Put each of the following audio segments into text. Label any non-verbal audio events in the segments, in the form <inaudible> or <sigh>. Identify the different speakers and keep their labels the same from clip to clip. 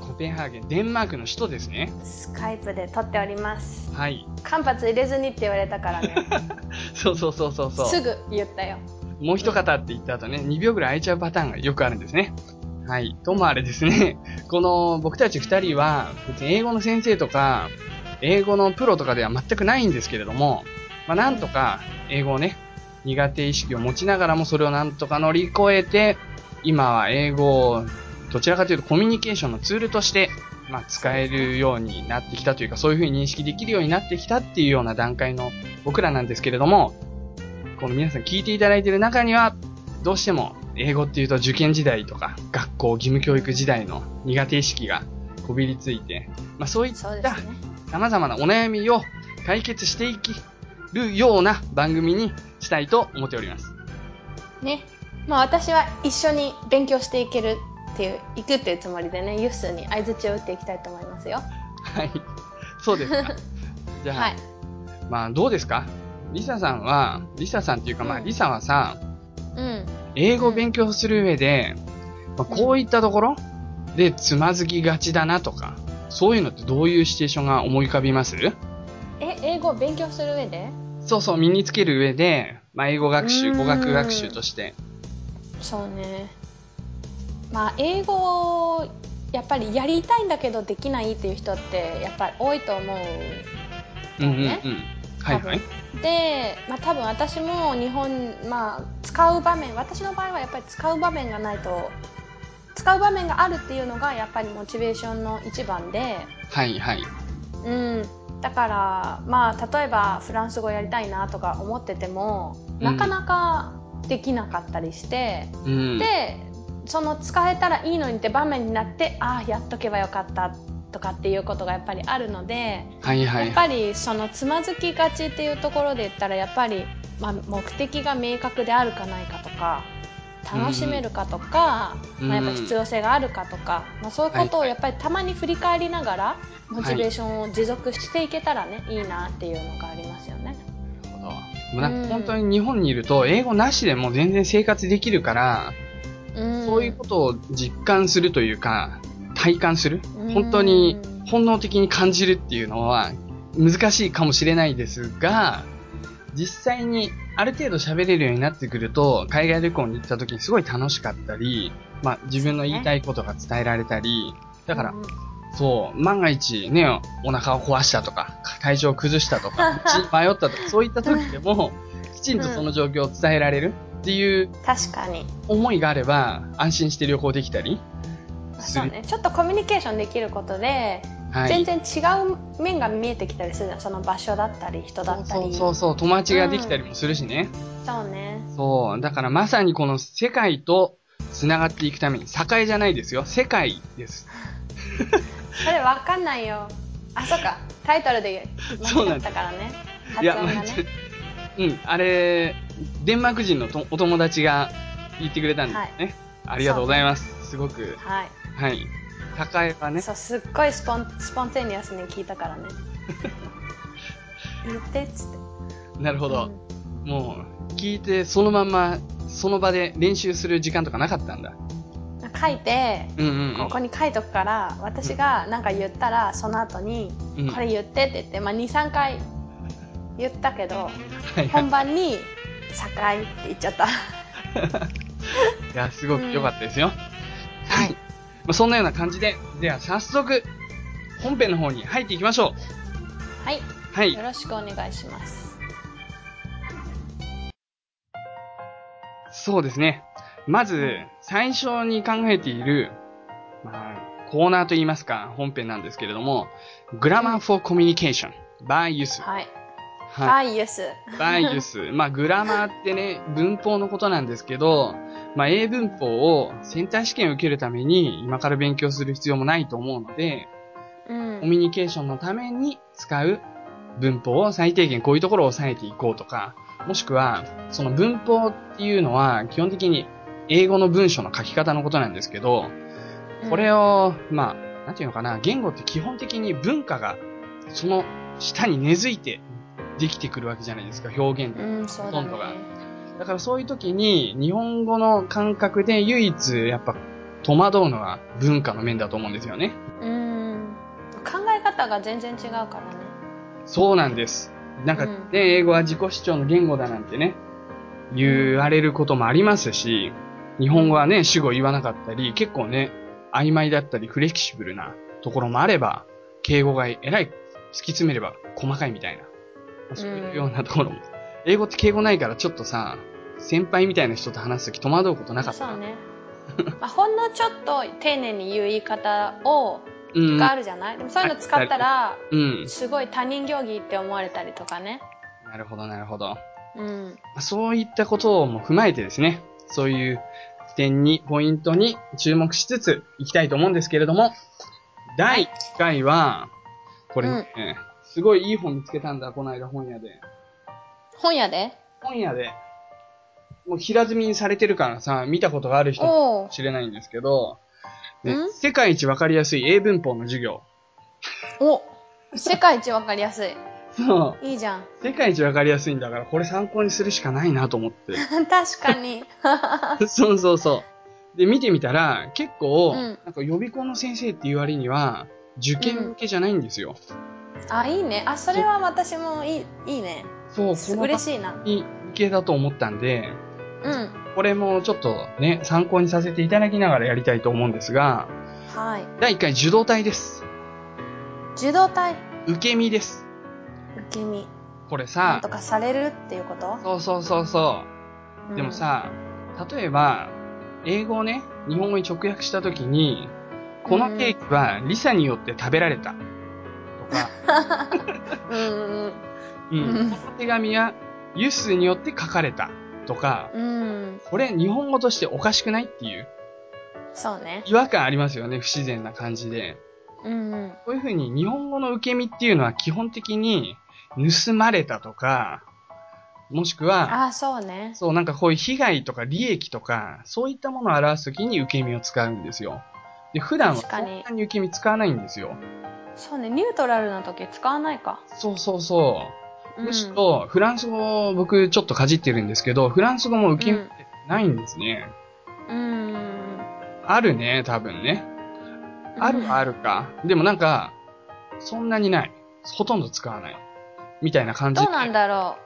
Speaker 1: コペンハーゲン、デンマークの首都ですね。
Speaker 2: スカイプで撮っております。
Speaker 1: はい。
Speaker 2: 間髪入れずにって言われたから <laughs> ね。
Speaker 1: そうそうそうそうそう。
Speaker 2: すぐ言ったよ。
Speaker 1: もう一方って言った後ね、2秒ぐらい空いちゃうパターンがよくあるんですね。はい。ともあれですね、 <laughs> この僕たち二人は、別に英語の先生とか、英語のプロとかでは全くないんですけれども、まあなんとか英語をね、苦手意識を持ちながらもそれをなんとか乗り越えて、今は英語をどちらかというとコミュニケーションのツールとして、まあ使えるようになってきたというか、そういうふうに認識できるようになってきたっていうような段階の僕らなんですけれども、この皆さん聞いていただいている中には、どうしても英語っていうと受験時代とか学校義務教育時代の苦手意識がこびりついて、まあそういっ
Speaker 2: そう
Speaker 1: た
Speaker 2: ですね。
Speaker 1: 様々なお悩みを解決していけるような番組にしたいと思っております。
Speaker 2: ね。まあ私は一緒に勉強していけるっていう、行くっていうつもりでね、ユッスーに相槌を打っていきたいと思いますよ。
Speaker 1: はい。そうです
Speaker 2: <laughs>
Speaker 1: か。じゃあ、
Speaker 2: はい。
Speaker 1: まあどうですかリサさんは、リサさんっていうかまあ
Speaker 2: うん
Speaker 1: リサはさ、
Speaker 2: うん。
Speaker 1: 英語を勉強する上で、まあ、こういったところでつまずきがちだなとか、そういうのってどういうシチュエーションが思い浮かびます
Speaker 2: え、英語を勉強する上で
Speaker 1: そうそう、身につける上で、まあ、英語学習、
Speaker 2: うん
Speaker 1: 語学学習として。
Speaker 2: そうね。まあ英語をやっぱりやりたいんだけどできないっていう人ってやっぱり多いと思う
Speaker 1: うんうんうん。
Speaker 2: ね
Speaker 1: はいはい。
Speaker 2: で、まあ、多分私も日本、まあ、使う場面私の場合はやっぱり使う場面がないと使う場面があるっていうのがやっぱりモチベーションの一番で、
Speaker 1: はいはい。
Speaker 2: うん、だから、まあ、例えばフランス語やりたいなとか思ってても
Speaker 1: うん
Speaker 2: なかなかできなかったりして、
Speaker 1: うん。
Speaker 2: でその使えたらいいのにって場面になってああやっとけばよかったとかっていうことがやっぱりあるので。
Speaker 1: はいは
Speaker 2: やっ
Speaker 1: い。
Speaker 2: ぱりそのつまずきがちっていうところで言ったらやっぱり、まあ、目的が明確であるかないかとか楽しめるかとか、
Speaker 1: うん
Speaker 2: まあ、やっぱ必要性があるかとか、まあ、そういうことを
Speaker 1: はいはい
Speaker 2: やっぱりたまに振り返りながらモチベーションを持続していけたらね、い、いなっていうのがありますよね。
Speaker 1: なるほどでもなん
Speaker 2: うん
Speaker 1: か本当に日本にいると、英語なしでも全然生活できるから、
Speaker 2: うん
Speaker 1: そういうことを実感するというか、体感する。
Speaker 2: うん
Speaker 1: 本当に本能的に感じるっていうのは難しいかもしれないですが、実際にある程度喋れるようになってくると、海外旅行に行った時にすごい楽しかったり、まあ自分の言いたいことが伝えられたり、だから、
Speaker 2: うん
Speaker 1: そう、万が一ね、お腹を壊したとか、体調を崩したと
Speaker 2: <laughs>
Speaker 1: か、道に迷ったとか、そういった時でも、きちんとその状況を伝えられるっていう
Speaker 2: 確かに
Speaker 1: 思いがあれば、安心して旅行できたりす
Speaker 2: そう、
Speaker 1: る。
Speaker 2: ね、ちょっとコミュニケーションできることで、
Speaker 1: はい
Speaker 2: 全然違う面が見えてきたりするじゃんその場所だったり人だった
Speaker 1: そ
Speaker 2: り
Speaker 1: うそうそう、友達ができたりもするしね。
Speaker 2: そうね
Speaker 1: そう、だからまさにこの世界と繋がっていくために、境じゃないですよ。世界です。
Speaker 2: それわかんないよあそうかタイトルで
Speaker 1: そう
Speaker 2: 間違
Speaker 1: なん
Speaker 2: っ
Speaker 1: で
Speaker 2: たからね
Speaker 1: い
Speaker 2: 発
Speaker 1: や、
Speaker 2: 音が
Speaker 1: まあ
Speaker 2: ね
Speaker 1: ちょうん、あれ、デンマーク人のとお友達が言ってくれたんですよね。ありがとうございます。すごく、
Speaker 2: は
Speaker 1: はい。高江が
Speaker 2: い、
Speaker 1: ね、
Speaker 2: そうすっごいスポンスポンテニアスに聞いたから
Speaker 1: <laughs>
Speaker 2: ね言ってっつって
Speaker 1: なるほ
Speaker 2: う
Speaker 1: ど
Speaker 2: ん。
Speaker 1: もう、聞いてそのまんま、その場で練習する時間とかなかったんだ。
Speaker 2: 書いて
Speaker 1: うんうん
Speaker 2: ここに書いとくから私が何か言ったらその後に
Speaker 1: うん。
Speaker 2: これ言ってって言って、まあ、23回言ったけど
Speaker 1: はいはい
Speaker 2: 本番に「境」って言っちゃった
Speaker 1: いや、すごく良かったですよ。はい。 <laughs> まあ、そんなような感じで、では早速、本編の方に入っていきましょう。
Speaker 2: はい
Speaker 1: はい
Speaker 2: よ。ろしくお願いします
Speaker 1: そうですね。まず、最初に考えている、まあ、コーナーといいますか、本編なんですけれども、Grammar for Communication by Youth。
Speaker 2: はい
Speaker 1: はい。
Speaker 2: はい、イエス。
Speaker 1: バイユス。まあ、グラマーってね、文法のことなんですけど、まあ、英文法をセンター試験を受けるために、今から勉強する必要もないと思うので、
Speaker 2: う
Speaker 1: コ
Speaker 2: ん。
Speaker 1: ミュニケーションのために使う文法を最低限こういうところを抑えていこうとか、もしくは、その文法っていうのは基本的に英語の文章の書き方のことなんですけど、これ
Speaker 2: を。
Speaker 1: を、まあ、なんていうのかな、言語って基本的に文化がその下に根付いてできてくるわけじゃないですか、表現って
Speaker 2: うん、そうだね
Speaker 1: ほとんどが。だからそういう時に日本語の感覚で唯一やっぱ戸惑うのは文化の面だと思うんですよね。
Speaker 2: うん。考え方が全然違うからね。
Speaker 1: そうなんです。なんか、
Speaker 2: う
Speaker 1: ね
Speaker 2: ん
Speaker 1: 英語は自己主張の言語だなんてね、言われることもありますし、日本語はね、主語言わなかったり、結構ね、曖昧だったり、フレキシブルなところもあれば、敬語がえらい突き詰めれば細かいみたいな、そういうようなところも。英語って敬語ないからちょっとさ、先輩みたいな人と話すとき戸惑うことなかった
Speaker 2: そうね。 <laughs> まあ、ほんのちょっと丁寧に言う言い方を、
Speaker 1: うん。
Speaker 2: があるじゃない、でもそういうの使ったら、
Speaker 1: うん。
Speaker 2: すごい他人行儀って思われたりとかね。
Speaker 1: なるほど、なるほど。
Speaker 2: うん。
Speaker 1: まあそういったことも踏まえてですね、そういう点に、ポイントに注目しつついきたいと思うんですけれども、第1回は、これ、ねすごいいい本見つけたんだ、この間本屋で。
Speaker 2: 本屋で
Speaker 1: 本屋で、もう平積みにされてるからさ、見たことがある人か
Speaker 2: おお
Speaker 1: も。しれないんですけど、ね
Speaker 2: うん
Speaker 1: 世界一わかりやすい英文法の授業。
Speaker 2: お世界一わかりやすい。
Speaker 1: そう。
Speaker 2: いいじゃん。 <laughs>
Speaker 1: 世界一わかりやすいんだから、これ参考にするしかないなと思って。
Speaker 2: 確かに。
Speaker 1: <laughs> そうそうそう。で、見てみたら、結構、
Speaker 2: うん
Speaker 1: なんか予備校の先生っていう割には、受験向けじゃないんですよ。
Speaker 2: あ、いいね。あ、それは私もいい、いいね。
Speaker 1: そう、この
Speaker 2: 嬉
Speaker 1: い。
Speaker 2: しいな。
Speaker 1: に系だと思ったんで、
Speaker 2: うん。
Speaker 1: これもちょっとね、参考にさせていただきながらやりたいと思うんですが、
Speaker 2: はい。
Speaker 1: 第1回受動体です。
Speaker 2: 受動体、
Speaker 1: 受け身です。
Speaker 2: 受け身。
Speaker 1: これ
Speaker 2: な
Speaker 1: さ
Speaker 2: んと、かされるっていうこと、
Speaker 1: そうそうそうそう。でも、さ、例えば、英語をね、日本語に直訳したときに、このケーキはリサによって食べられた。とか、
Speaker 2: うん、うん
Speaker 1: うん、この手紙はユスによって書かれたとか、
Speaker 2: うん、うん。
Speaker 1: これ日本語としておかしくないっていう
Speaker 2: そうね。
Speaker 1: 違和感ありますよね、不自然な感じで。
Speaker 2: うん、うん。
Speaker 1: こういうふうに日本語の受け身っていうのは基本的に盗まれたとか、もしくは、
Speaker 2: あ、そうね。
Speaker 1: そうなんかこういう被害とか利益とか、そういったものを表すときに受け身を使うんですよ。で普段は
Speaker 2: 確か
Speaker 1: そ
Speaker 2: に
Speaker 1: んなに受け身使わないんですよ。
Speaker 2: そうね。ニュートラルな時使わないか。
Speaker 1: そうそうそう。
Speaker 2: うん
Speaker 1: むしろ、フランス語を僕ちょっとかじってるんですけど、フランス語も受け身ってないんですね。
Speaker 2: うん。
Speaker 1: あるね、多分ね。あるはあるか。でもなんか、そんなにない。ほとんど使わない。みたいな感じ
Speaker 2: ど
Speaker 1: で。
Speaker 2: うなんだろ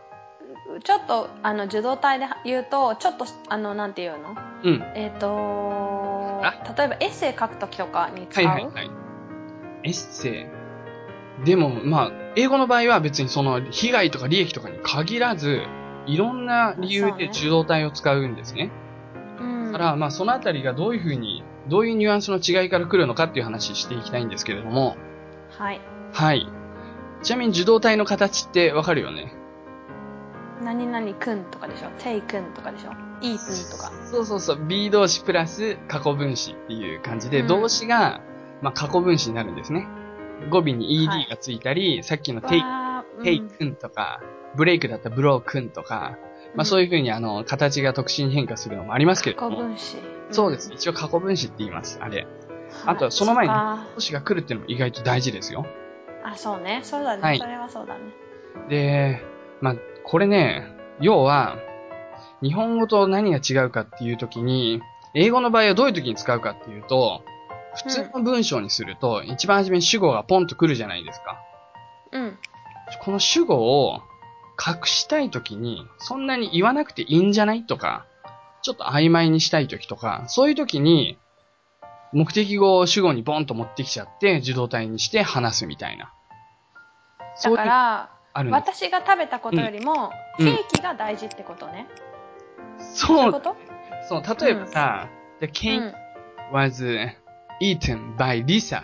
Speaker 2: う。ちょっと、あの、受動体で言うと、ちょっと、あの、なんていうの
Speaker 1: うん。
Speaker 2: えっ、と
Speaker 1: あ
Speaker 2: 例えばエッセイ書くときとかに使
Speaker 1: は
Speaker 2: う、
Speaker 1: いはいはい。エッセイ。でも、まあ、英語の場合は別にその、被害とか利益とかに限らず、いろんな理由
Speaker 2: そう
Speaker 1: で
Speaker 2: ね
Speaker 1: 受動体を使うんですね。
Speaker 2: うん、
Speaker 1: だから、まあ、そのあたりがどういうふうに、どういうニュアンスの違いから来るのかっていう話していきたいんですけれども。
Speaker 2: はい
Speaker 1: はい。ちなみに受動体の形ってわかるよね。
Speaker 2: 何々くんとかでしょていくんとかでしょいいくんとか
Speaker 1: そうそうそう。B 動詞プラス過去分詞っていう感じで、
Speaker 2: うん
Speaker 1: 動詞が、まあ、過去分詞になるんですね。語尾に
Speaker 2: は
Speaker 1: ED
Speaker 2: い
Speaker 1: がついたり、さっきのテイ
Speaker 2: わー
Speaker 1: テイ君とか、ブレイクだったらブロー君とか、まあ、そういうふうにあの、形が特殊に変化するのもありますけれど
Speaker 2: 古
Speaker 1: も。
Speaker 2: 分詞
Speaker 1: そうです。
Speaker 2: ん
Speaker 1: 一応過去分詞って言います。あ
Speaker 2: は
Speaker 1: れ。
Speaker 2: い
Speaker 1: あとはその前に
Speaker 2: っか
Speaker 1: 動詞が来るっていうのも意外と大事ですよ。
Speaker 2: あそうねそうだね、
Speaker 1: はい
Speaker 2: それはそうだね
Speaker 1: で、まあ、これね、要は、日本語と何が違うかっていうときに、英語の場合はどういうときに使うかっていうと、普通の文章にすると、一番初めに主語がポンと来るじゃないですか。
Speaker 2: うん
Speaker 1: この主語を隠したいときに、そんなに言わなくていいんじゃないとか、ちょっと曖昧にしたいときとか、そういうときに、目的語を主語にボンと持ってきちゃって、受動体にして話すみたいな。
Speaker 2: だ
Speaker 1: そうい
Speaker 2: か
Speaker 1: うの
Speaker 2: ら
Speaker 1: あるんです
Speaker 2: 私が食べたことよりも、
Speaker 1: うん
Speaker 2: ケーキが大事ってことね、そう
Speaker 1: そ
Speaker 2: いううこと
Speaker 1: そう、例えばさ、The
Speaker 2: う
Speaker 1: cake
Speaker 2: ん
Speaker 1: was eaten by Lisa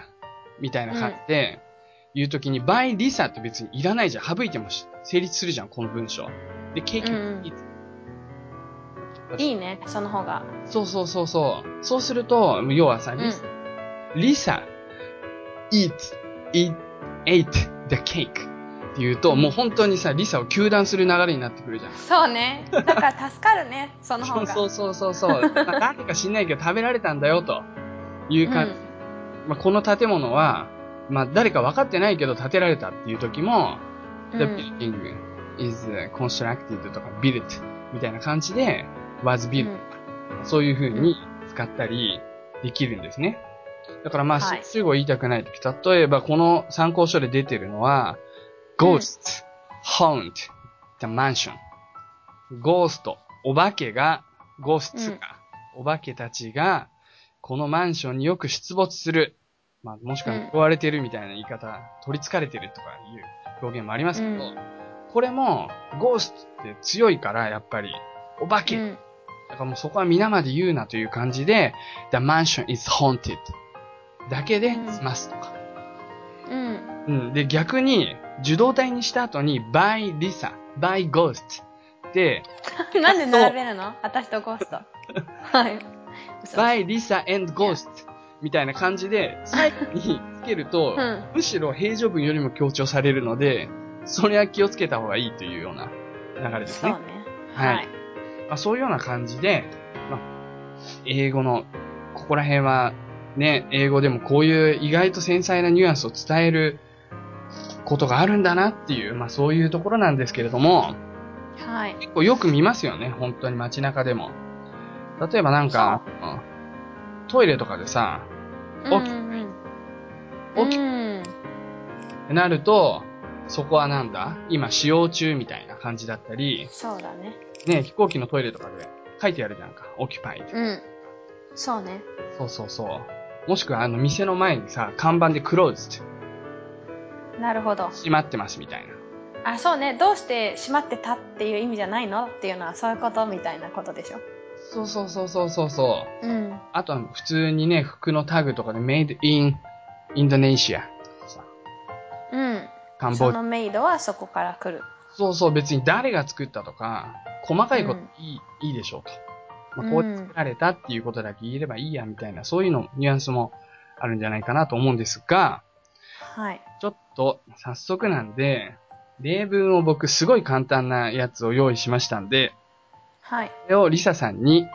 Speaker 1: みたいな感じで、いう時に、by Lisa って別にいらないじゃん。省いてもし成立するじゃん、この文章。で、ケーキもいい。
Speaker 2: いいねその方が
Speaker 1: そうそうそうそう。そうすると、要はさ、
Speaker 2: う
Speaker 1: Lisa
Speaker 2: ん
Speaker 1: Lisa, eat, eat, ate the cake って言うと、もう本当にさ、リサを糾弾する流れになってくるじゃん。
Speaker 2: そうねだから助かるねその方
Speaker 1: そう
Speaker 2: が
Speaker 1: そうそうそうそう。まあなんか知んないけど食べられたんだよ、という
Speaker 2: うん
Speaker 1: 感じ。まあ、この建物は、まあ、誰か分かってないけど建てられたっていう時も、The
Speaker 2: うん
Speaker 1: building is constructed とか built みたいな感じで was
Speaker 2: う
Speaker 1: built
Speaker 2: ん
Speaker 1: そういう風に使ったりできるんですね。だからまあ、
Speaker 2: はい
Speaker 1: 主語を言いたくないとき、例えばこの参考書で出てるのは、
Speaker 2: うん
Speaker 1: ghost, haunt, the mansion. ゴースト、お化けが、ゴーストが、お化けたちが、このマンションによく出没する。まあ、もしくは
Speaker 2: うん
Speaker 1: 追われてるみたいな言い方、取り憑かれてるとかいう表現もありますけど、
Speaker 2: うん
Speaker 1: これも、ゴーストって強いから、やっぱり、お化け
Speaker 2: うん
Speaker 1: だからもうそこは皆まで言うなという感じで、The mansion is haunted だけで済ますとか。
Speaker 2: うん <laughs>
Speaker 1: うん。で、逆に、受動体にした後に by Lisa, by ghost で、
Speaker 2: なんで並べるの私とゴース
Speaker 1: <laughs>
Speaker 2: トはい嘘
Speaker 1: by Lisa and ghost みたいな感じで、最後につけると、
Speaker 2: うん
Speaker 1: むしろ平常文よりも強調されるので、それは気をつけた方がいいというような流れです
Speaker 2: そう
Speaker 1: ね
Speaker 2: ね。
Speaker 1: はいまあ、そういうような感じで、まあ、英語の、ここら辺は、ね、英語でもこういう意外と繊細なニュアンスを伝えることがあるんだなっていう、まあそういうところなんですけれども、
Speaker 2: はい
Speaker 1: 結構よく見ますよね、本当に街中でも。例えばなんか、うんトイレとかでさ、
Speaker 2: うんうん
Speaker 1: 起
Speaker 2: う
Speaker 1: き
Speaker 2: ん
Speaker 1: なると、そこはなんだ今使用中みたいな感じだったり、
Speaker 2: そうだね
Speaker 1: ね、飛行機のトイレとかで書いてあるじゃんか、オキュパイ
Speaker 2: うんそうね
Speaker 1: そうそうそう。もしくは、あの、店の前にさ、看板でクローズって、
Speaker 2: なるほど
Speaker 1: 閉まってますみたいな。
Speaker 2: あそうねどうして閉まってたっていう意味じゃないのっていうのはそういうことみたいなことでしょ
Speaker 1: そうそうそうそうそうそう。
Speaker 2: うん
Speaker 1: あとは、普通にね、服のタグとかで、made in Indonesia とかさ、
Speaker 2: うん
Speaker 1: カン
Speaker 2: そ
Speaker 1: ボ
Speaker 2: のメイドはそこから来る
Speaker 1: そうそう、別に誰が作ったとか、細かいこと
Speaker 2: うん
Speaker 1: いい、いいでしょうと。まあ、こうやって作られたっていうことだけ言えればいいや、みたいな、そういうの、ニュアンスもあるんじゃないかなと思うんですが、
Speaker 2: はい
Speaker 1: ちょっと、早速なんで、例文を僕、すごい簡単なやつを用意しましたんで、
Speaker 2: はい
Speaker 1: これをリサさ
Speaker 2: <laughs>
Speaker 1: んに、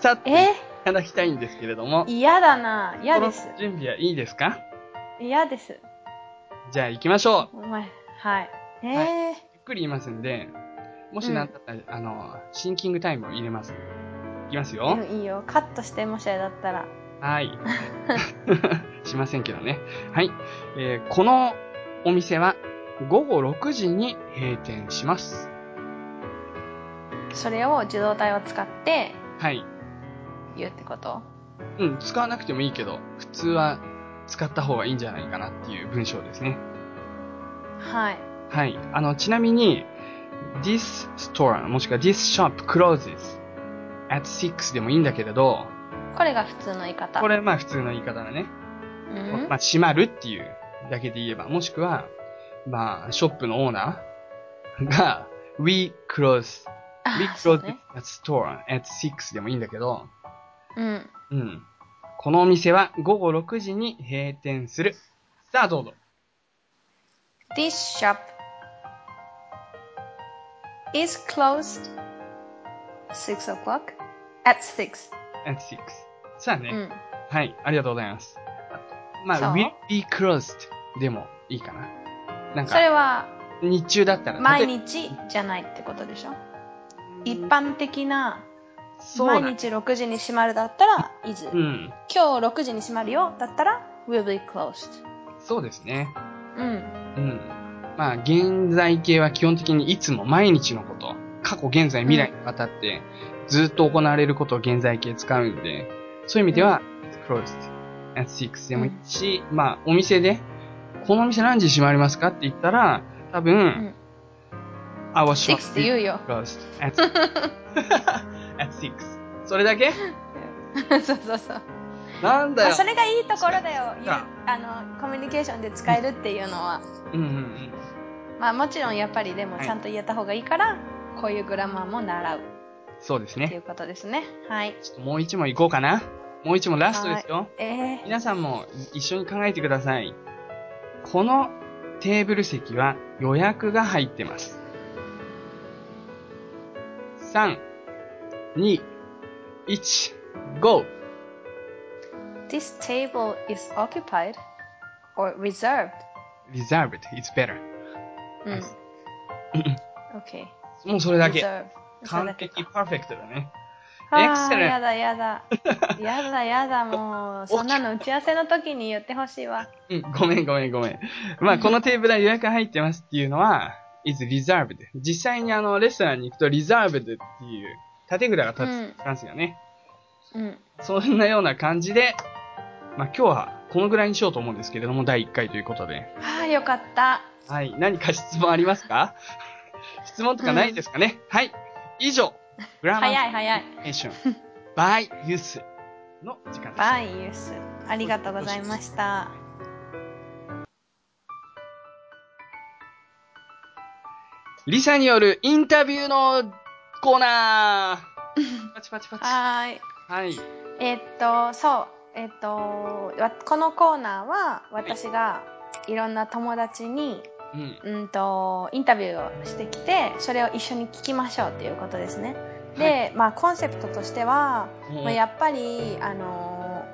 Speaker 1: さっとい
Speaker 2: え
Speaker 1: ただきたいんですけれども、
Speaker 2: 嫌だな嫌です
Speaker 1: 心の準備はいいですか
Speaker 2: 嫌です
Speaker 1: じゃあ行きましょう。
Speaker 2: お前はいえー
Speaker 1: ゆっくり言いますんで、もしなんだったら、あの、シンキングタイムを入れます。いきますよ。
Speaker 2: うんいいよカットしてもしあれだったら
Speaker 1: はい。
Speaker 2: <laughs>
Speaker 1: <laughs> しませんけどね。はい。えーこのお店は午後6時に閉店します。
Speaker 2: それを受動体を使って
Speaker 1: はい。
Speaker 2: 言うってこと
Speaker 1: うん、使わなくてもいいけど、普通は使った方がいいんじゃないかなっていう文章ですね。
Speaker 2: はい
Speaker 1: はい。あの、ちなみに、this store もしくは this shop closes at 6でもいいんだけれど、
Speaker 2: これが普通の言い方
Speaker 1: これまあ普通の言い方だね。
Speaker 2: うん
Speaker 1: まあ閉まるっていうだけで言えば、もしくは、まあショップのオーナー <laughs> が we close,
Speaker 2: あ
Speaker 1: we
Speaker 2: そう
Speaker 1: close
Speaker 2: ね
Speaker 1: at store at 6でもいいんだけど、
Speaker 2: うん
Speaker 1: うん。このお店は午後6時に閉店する。さあどうぞ。
Speaker 2: This shop is closed six o'clock at six.
Speaker 1: at 6。さあね。
Speaker 2: うん。
Speaker 1: はい、ありがとうございます。ま
Speaker 2: そう
Speaker 1: あ、will be closed でもいいかな。なん
Speaker 2: それ
Speaker 1: か、
Speaker 2: は
Speaker 1: 日中だったら、
Speaker 2: 毎
Speaker 1: 例え
Speaker 2: 日じゃないってことでしょ一般的な
Speaker 1: ばそう
Speaker 2: 毎
Speaker 1: だ。
Speaker 2: 日6時に閉まるだったら is、
Speaker 1: うん、
Speaker 2: 今日6時に閉まるよだったら will be closed。
Speaker 1: そうですね。
Speaker 2: うん。
Speaker 1: うん。まあ、現在形は基本的にいつも毎日のこと、過去、現在、未来にわたって、ずっと行われることを現在形使うんで、そういう意味では、closed at 6でもいいし、まあ、お店で、このお店何時に閉まりますかって言ったら、多分、
Speaker 2: ん
Speaker 1: our
Speaker 2: 6
Speaker 1: shop
Speaker 2: って言うよ。
Speaker 1: Closed <laughs> at, at six. それだけ
Speaker 2: そうそうそう。
Speaker 1: なん
Speaker 2: <laughs>
Speaker 1: だ
Speaker 2: まあ
Speaker 1: よ
Speaker 2: そ。れがいいところだよ
Speaker 1: そう
Speaker 2: ゆ
Speaker 1: だ
Speaker 2: あのコミュニケーションで使えるっていうのは、
Speaker 1: うんうんうん。
Speaker 2: まあ、もちろんやっぱりでも
Speaker 1: はい
Speaker 2: ちゃんと言えた方がいいから、こういうグラマーも習う
Speaker 1: そうです
Speaker 2: ってい
Speaker 1: ね。
Speaker 2: うことですねはい
Speaker 1: ちょっともう一問いこうかな。もう一問ラストですよ。
Speaker 2: えー、
Speaker 1: 皆さんも一緒に考えてください。このテーブル席は予約が入ってます。3、2、1、GO!
Speaker 2: This table is occupied or reserved
Speaker 1: Reserved, it's better.
Speaker 2: うん <coughs> OK
Speaker 1: もうそれだけ。
Speaker 2: reserved それ
Speaker 1: 完
Speaker 2: だけ
Speaker 1: 璧、パーフェクトだね。
Speaker 2: ああ
Speaker 1: Excellent
Speaker 2: やだや
Speaker 1: <laughs>
Speaker 2: だやだやだもうそんなの打ち合わせの時に言ってほしいわ
Speaker 1: うん、 <laughs> ごめんごめんごめん。まあ、このテーブルは予約入ってますっていうのは、is reserved. 実際にあの、レストランに行くと reserved っていう縦札が立つんですよね。
Speaker 2: うん
Speaker 1: そんなような感じで、まあ、今日はこのぐらいにしようと思うんですけれども、第1回ということで。
Speaker 2: ああよかった
Speaker 1: はい。何か質問ありますか <laughs> 質問とかないですかね、はい。以上、グラマー
Speaker 2: 早い早い
Speaker 1: ネーション、バイユースの時間です。
Speaker 2: バイユースありがとうございました
Speaker 1: リサによるインタビューのコーナ
Speaker 2: <laughs>
Speaker 1: ーパチパチパチ。
Speaker 2: はーい
Speaker 1: はい。
Speaker 2: えっとそうえっとわこのコーナーは私がいろんな友達に、
Speaker 1: うん。
Speaker 2: うん、とインタビューをしてきてそれを一緒に聞きましょうっていうことですねで、まあコンセプトとしては、
Speaker 1: うん
Speaker 2: まあ、やっぱりあの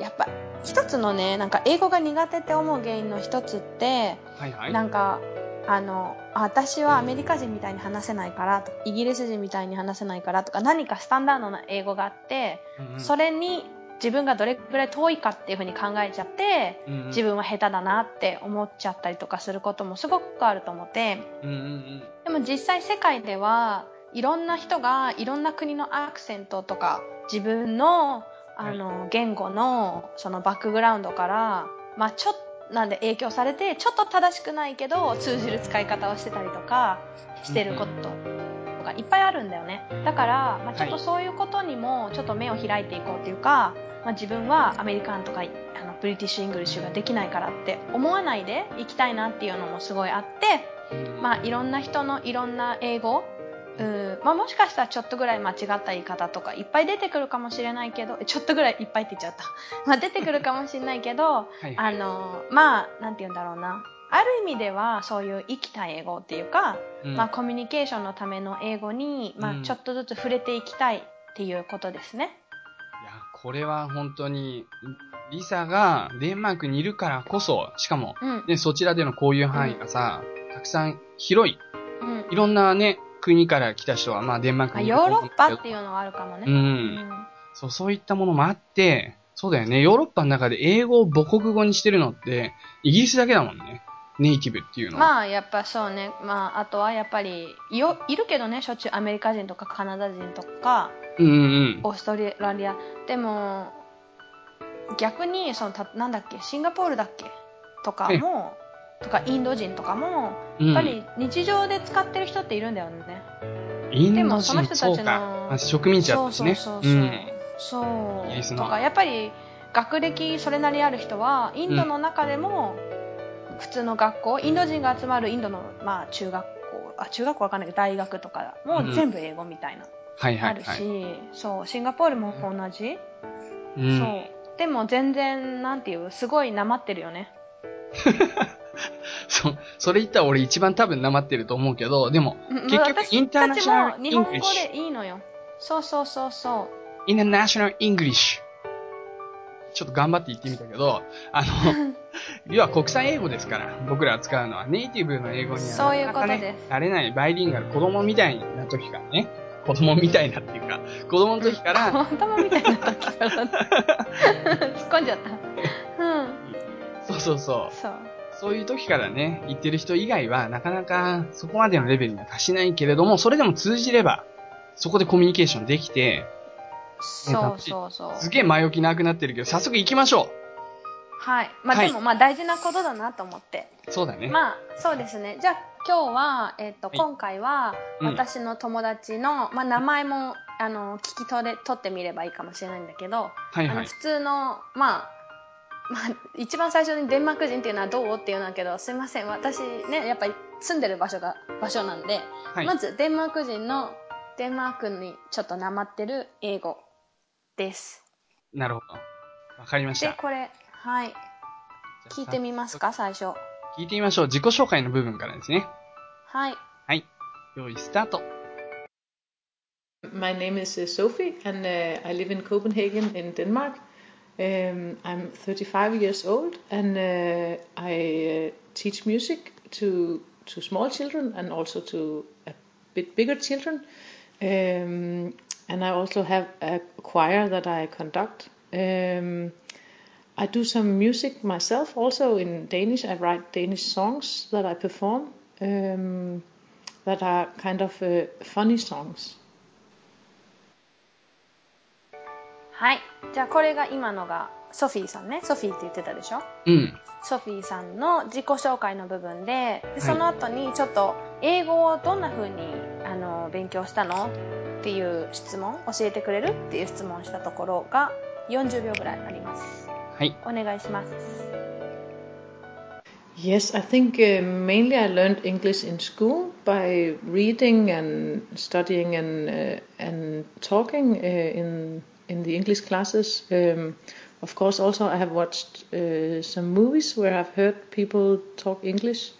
Speaker 2: ーやっぱ一つのねなんか英語が苦手って思う原因の一つって
Speaker 1: はいはい。
Speaker 2: なんかあのあ私はアメリカ人みたいに話せないからとかイギリス人みたいに話せないからとか何かスタンダードな英語があって、
Speaker 1: うんうん
Speaker 2: それに自分がどれくらい遠いかっていうふうに考えちゃって、
Speaker 1: うんうん
Speaker 2: 自分は下手だなって思っちゃったりとかすることもすごくあると思って
Speaker 1: うんうん
Speaker 2: でも実際世界ではいろんな人がいろんな国のアクセントとか自分のあの言語のそのバックグラウンドから、まあ、ちょっなんで影響されてちょっと正しくないけど通じる使い方をしてたりとかしてることとかいっぱいあるんだよねだから、まあ、ちょっとそういうことにもちょっと目を開いていこうっていうか、まあ、自分はアメリカンとかあのブリティッシュ・イングリッシュができないからって思わないでいきたいなっていうのもすごいあって。
Speaker 1: うん。あ、
Speaker 2: まあ、いろんな人のいろんな英語うーまあ、もしかしたらちょっとぐらい間違った言い方とかいっぱい出てくるかもしれないけどえちょっとぐらいいっぱいって言っちゃった、 <laughs> まあ、出てくるかもしれないけど
Speaker 1: はいは
Speaker 2: あ
Speaker 1: い。
Speaker 2: のまあなんて言うんだろうなある意味ではそういう生きた英語っていうか、
Speaker 1: うん
Speaker 2: まあ、コミュニケーションのための英語に、
Speaker 1: う
Speaker 2: ま
Speaker 1: ん
Speaker 2: あ、ちょっとずつ触れていきたいっていうことですね。
Speaker 1: いや、これは本当に、リサがデンマークにいるからこそ、しかも、
Speaker 2: うん
Speaker 1: ね、そちらでの交流範囲がさ、たくさん広い。
Speaker 2: うん
Speaker 1: いろんなね、国から来た人は、まあデンマーク
Speaker 2: あ
Speaker 1: に
Speaker 2: ヨーロッパっていうのはあるかも
Speaker 1: う
Speaker 2: ね。
Speaker 1: ん。そう、そういったものもあって、そうだよね。ヨーロッパの中で英語を母国語にしてるのって、イギリスだけだもんね。ネイティブっていうのは。
Speaker 2: まあやっぱそうね、まあ、あとはやっぱりよいるけどねしょっちゅうアメリカ人とかカナダ人とか
Speaker 1: うんうん
Speaker 2: オーストラリアでも逆にそのたなんだっけシンガポールだっけとかもとかインド人とかも
Speaker 1: うん。
Speaker 2: やっぱ
Speaker 1: うん、
Speaker 2: り日常で使ってる人っているんだよね、
Speaker 1: インド人
Speaker 2: でもその人たちの
Speaker 1: そうか。まあ植民地だ
Speaker 2: そ
Speaker 1: っ
Speaker 2: う
Speaker 1: たし
Speaker 2: そう
Speaker 1: ね。
Speaker 2: そうそう、
Speaker 1: ん。
Speaker 2: そ
Speaker 1: イギリス
Speaker 2: う
Speaker 1: の
Speaker 2: とかやっぱり学歴それなりある人はインドの中でも普通の学校、インド人が集まるインドの、まあ、中学校あ中学校わかんないけど大学とかも
Speaker 1: うん
Speaker 2: 全部英語みたいな、
Speaker 1: はいは
Speaker 2: あ
Speaker 1: い
Speaker 2: るし、
Speaker 1: はい。
Speaker 2: そうシンガポールも同じ、
Speaker 1: うん
Speaker 2: そうでも全然なんていうすごいなまってるよね
Speaker 1: そ、それ言ったら俺一番多分なまってると思うけど、でも、結
Speaker 2: うん
Speaker 1: 局、インターナショナ
Speaker 2: 私たちも
Speaker 1: ル・イ
Speaker 2: 日
Speaker 1: ン
Speaker 2: 本
Speaker 1: グ
Speaker 2: 語
Speaker 1: リッシュ。
Speaker 2: でいいのよそうそうそう
Speaker 1: <laughs>
Speaker 2: そう
Speaker 1: インターナショナル・イングリッシュ。ちょっと頑張って言ってみたけど、
Speaker 2: <laughs>
Speaker 1: あの、要は国際英語ですから、僕ら扱うのはネイティブの英語には
Speaker 2: そういうこと
Speaker 1: なかなか
Speaker 2: で
Speaker 1: ね
Speaker 2: す、
Speaker 1: 慣れないバイリンガル、子供みたいな時からね、子供みたいなっていうか、子供の時か
Speaker 2: <laughs>
Speaker 1: ら、
Speaker 2: 頭みたいな <laughs> 時から突っ込んじゃったうん
Speaker 1: そうそうそう、
Speaker 2: そう
Speaker 1: そういう時からね、言ってる人以外は、なかなかそこまでのレベルには達しないけれども、それでも通じれば、そこでコミュニケーションできて、
Speaker 2: そうそうそう
Speaker 1: すげえ前置きなくなってるけど、早速行きましょ
Speaker 2: はいまあ
Speaker 1: はい
Speaker 2: でもまあ大事なことだなと思って、
Speaker 1: うそうだね。
Speaker 2: まあそうですねじゃあ今日は、えっと
Speaker 1: はい
Speaker 2: 今回は
Speaker 1: うん
Speaker 2: 私の友達の、まあ、名前もあの聞き取れ取ってみればいいかもしれないんだけど、
Speaker 1: はい
Speaker 2: あ
Speaker 1: は
Speaker 2: の
Speaker 1: い。
Speaker 2: 普通のまあまあ、一番最初にデンマーク人っていうのはどうっていうのだけどすいません私ねやっぱり住んでる場所が場所なんで、
Speaker 1: はい。
Speaker 2: まずデンマーク人のデンマークにちょっとなまってる英語です
Speaker 1: なるほど。わかりまし
Speaker 2: で
Speaker 1: た。
Speaker 2: これはい聞いてみますか最初
Speaker 1: 聞いてみましょう。自己紹介の部分からですね。
Speaker 2: はい
Speaker 1: 用意スタート。
Speaker 3: My name is uh, Sophie, and uh, I live in Copenhagen in Denmark. Um, I'm 35 years old, and uh, I uh, teach music to to small children and also to a bit bigger children. Um, and I also have a choir that I conduct. Um, I do some music myself, also in Danish. I write Danish songs that I perform um, that are kind of uh, funny songs.
Speaker 2: はいじゃあこれが今のがソフィーさんねソフィーって言ってたでしょ
Speaker 1: うん。
Speaker 2: ソフィーさんの自己紹介の部分ででその後にちょっと英語をどんな風にあの勉強したのっていう質問教えてくれるっていう質問をしたところが40秒ぐらいあります
Speaker 1: はい。
Speaker 2: お願いします。
Speaker 3: Yes, I think uh, mainly I learned English in school by reading and studying and uh, and talking uh, in in the English classes. Um, of course, also I have watched uh, some movies where I've heard people talk English.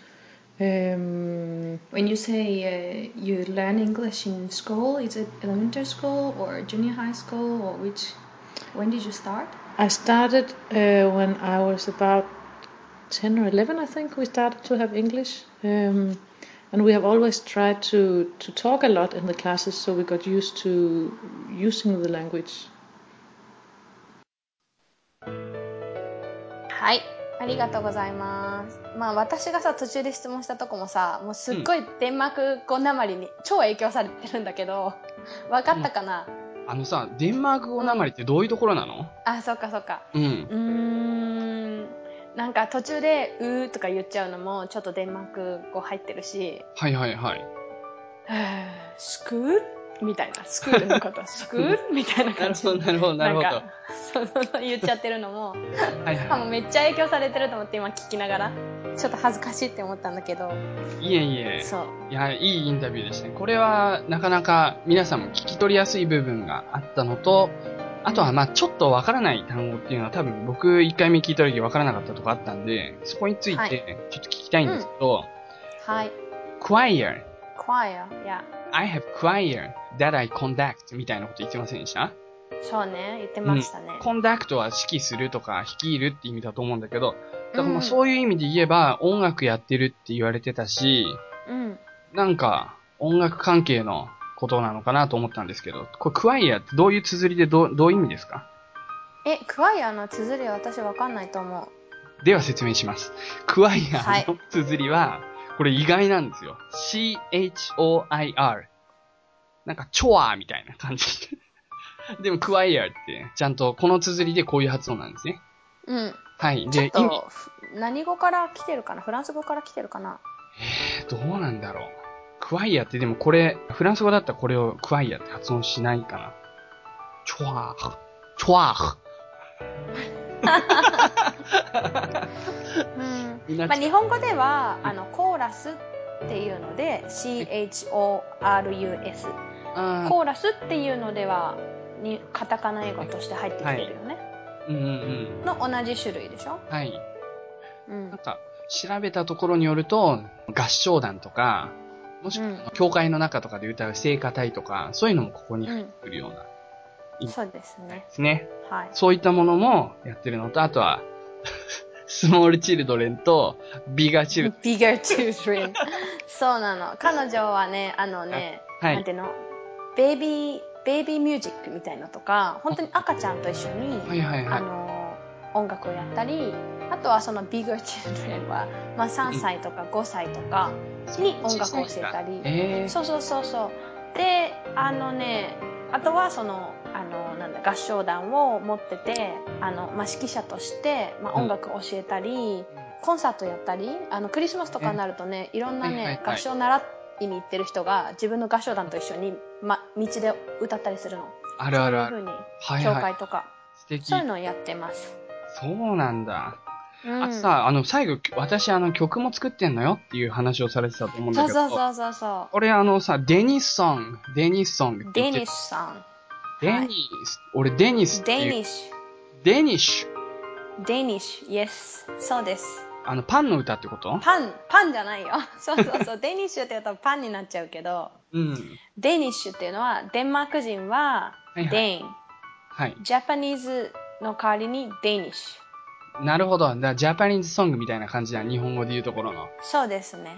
Speaker 3: Um,
Speaker 4: When you say uh, you learn English in school, is it elementary school or junior high school or which? When did you start?
Speaker 3: I started uh, when I was about 10 or 11, I think, we started to have English. Um, and we have always tried to, to talk a lot in the classes, so we got used to using the language.
Speaker 2: はい、ありがとうございます。まあ私がさ途中で質問したとこもさ、もうすっごいデンマーク語なまりに超影響されてるんだけど、わかったかな？
Speaker 1: あのさ、デンマーク語なまりってどういうところなの
Speaker 2: あ、そっかそっか。
Speaker 1: うん。
Speaker 2: うーん、なんか途中でうーとか言っちゃうのもちょっとデンマーク語入ってるし、
Speaker 1: はいはいはい。
Speaker 2: はぁスクールみたいなスクールの <laughs> こと、スクールみたいな
Speaker 1: な
Speaker 2: 感
Speaker 1: る
Speaker 2: じ
Speaker 1: ほ。ど、なるほど、なるほど。
Speaker 2: なんかそうそうそう言っちゃってるのも。
Speaker 1: はい
Speaker 2: あもう
Speaker 1: は
Speaker 2: めっちゃ影響されてると思って今聞きながらちょっと恥ずかしいって思ったんだけど
Speaker 1: い。いえいえ。
Speaker 2: そう
Speaker 1: いや、いいインタビューでしたね。これは、なかなか皆さんも聞き取りやすい部分があったのと、あとは、まあちょっとわからない単語っていうのは多分僕一回目聞いた時わからなかったとこあったんで、そこについ
Speaker 2: はい
Speaker 1: てちょっと聞きたいんですけど、
Speaker 2: はい
Speaker 1: choir,
Speaker 2: choir いや
Speaker 1: I have choir that I conduct みたいなこと言ってませんでした
Speaker 2: そうね言ってましたね、
Speaker 1: コンダクトは指揮するとか率いるって意味だと思うんだけど、だから
Speaker 2: う
Speaker 1: まあ
Speaker 2: ん
Speaker 1: そういう意味で言えば音楽やってるって言われてたし、
Speaker 2: うん
Speaker 1: なんか音楽関係のことなのかなと思ったんですけど、これクワイアってどういう綴りでどうどういう意味ですか
Speaker 2: えクワイアの綴りは私わかんないと思う
Speaker 1: では説明します。クワイ
Speaker 2: は
Speaker 1: ア
Speaker 2: い
Speaker 1: の綴りは、これ意外なんですよ。C-H-O-I-R。なんかチョアみたいな感じ。でもクワイアってちゃんとこの綴りでこういう発音なんですね。
Speaker 2: うん
Speaker 1: はい。
Speaker 2: ちょ
Speaker 1: で
Speaker 2: っ、とふ何語から来てるかなフランス語から来てるかな
Speaker 1: どうなんだろう。クワイアってでもこれ、フランス語だったらこれをクワイアって発音しないかな。チョワーフ。チョワーフ。
Speaker 2: うん
Speaker 1: みんな
Speaker 2: まあ、日本語ではあのコーラスっていうので CHORUS
Speaker 1: あ
Speaker 2: コーラスっていうのではにカタカナ英語として入ってきてるよね、
Speaker 1: ーうんうんうん。
Speaker 2: の同じ種類でしょ、
Speaker 1: はい。
Speaker 2: うん
Speaker 1: なんか、調べたところによると、合唱団とか、もしく
Speaker 2: うん
Speaker 1: は、教会の中とかで歌う聖歌隊とか、そういうのもここに入ってくるような
Speaker 2: そうですね
Speaker 1: ですね。
Speaker 2: はい
Speaker 1: そういったものもやってるのと、あとは、 <laughs> スモールチルドレンと、ビガ <laughs> チルド
Speaker 2: bigger children <laughs> そうなの彼女はねあのね、
Speaker 1: はい
Speaker 2: なんていうのベイビーベイビーミュージックみたいのとか本当に赤ちゃんと一緒に、
Speaker 1: レン。はいはい
Speaker 2: あ
Speaker 1: は
Speaker 2: の音楽をやったりあとはその bigger children は、まあ、3歳とか5歳とかに音楽を教えたり
Speaker 1: い。えー、
Speaker 2: そうそうそうそうであのねあとはそのあのなんだ合唱団を持っててあの、まあ、指揮者として、まあ、
Speaker 1: うん
Speaker 2: 音楽を教えたり、コンサートやったりあのクリスマスとかになるとねいろんなね、
Speaker 1: はいはいはい
Speaker 2: 合唱習っ意味言ってる人が自分の合唱団と一緒に、ま、道で歌ったりするの。
Speaker 1: あるある
Speaker 2: そういう
Speaker 1: あ
Speaker 2: ふう
Speaker 1: る。
Speaker 2: に、
Speaker 1: はい
Speaker 2: 教
Speaker 1: はい。
Speaker 2: 会とか、
Speaker 1: 素敵。
Speaker 2: そういう
Speaker 1: そ
Speaker 2: のをやってます。
Speaker 1: うなんだ。
Speaker 2: うん、
Speaker 1: あとさ、あの、最後、私、あの、曲も作ってんのよっていう話をされてたと思うんだ
Speaker 2: そ
Speaker 1: け
Speaker 2: う
Speaker 1: ど。
Speaker 2: そうそうそうそ
Speaker 1: 俺、あのさ、デニスソン、デニスソン
Speaker 2: う。
Speaker 1: って言
Speaker 2: デ
Speaker 1: って
Speaker 2: ニッシュさん。
Speaker 1: デニス、俺、デニスって
Speaker 2: デ
Speaker 1: いう。
Speaker 2: ニッシ
Speaker 1: デニッシュ。
Speaker 2: ュ。デニッシュ。Yes。そうです。
Speaker 1: あの、パンの歌ってこと
Speaker 2: パン、パンじゃないよ。 <laughs> そうそうそう。デニッシュって言うとパンになっちゃうけど、
Speaker 1: うん。
Speaker 2: デニッシュっていうのは、デンマーク人は
Speaker 1: はいはい
Speaker 2: デイン。
Speaker 1: はい。
Speaker 2: ジャパニーズの代わりにデニッシュ。
Speaker 1: なるほど。だからジャパニーズソングみたいな感じだ。日本語で言うところの。
Speaker 2: そうですね。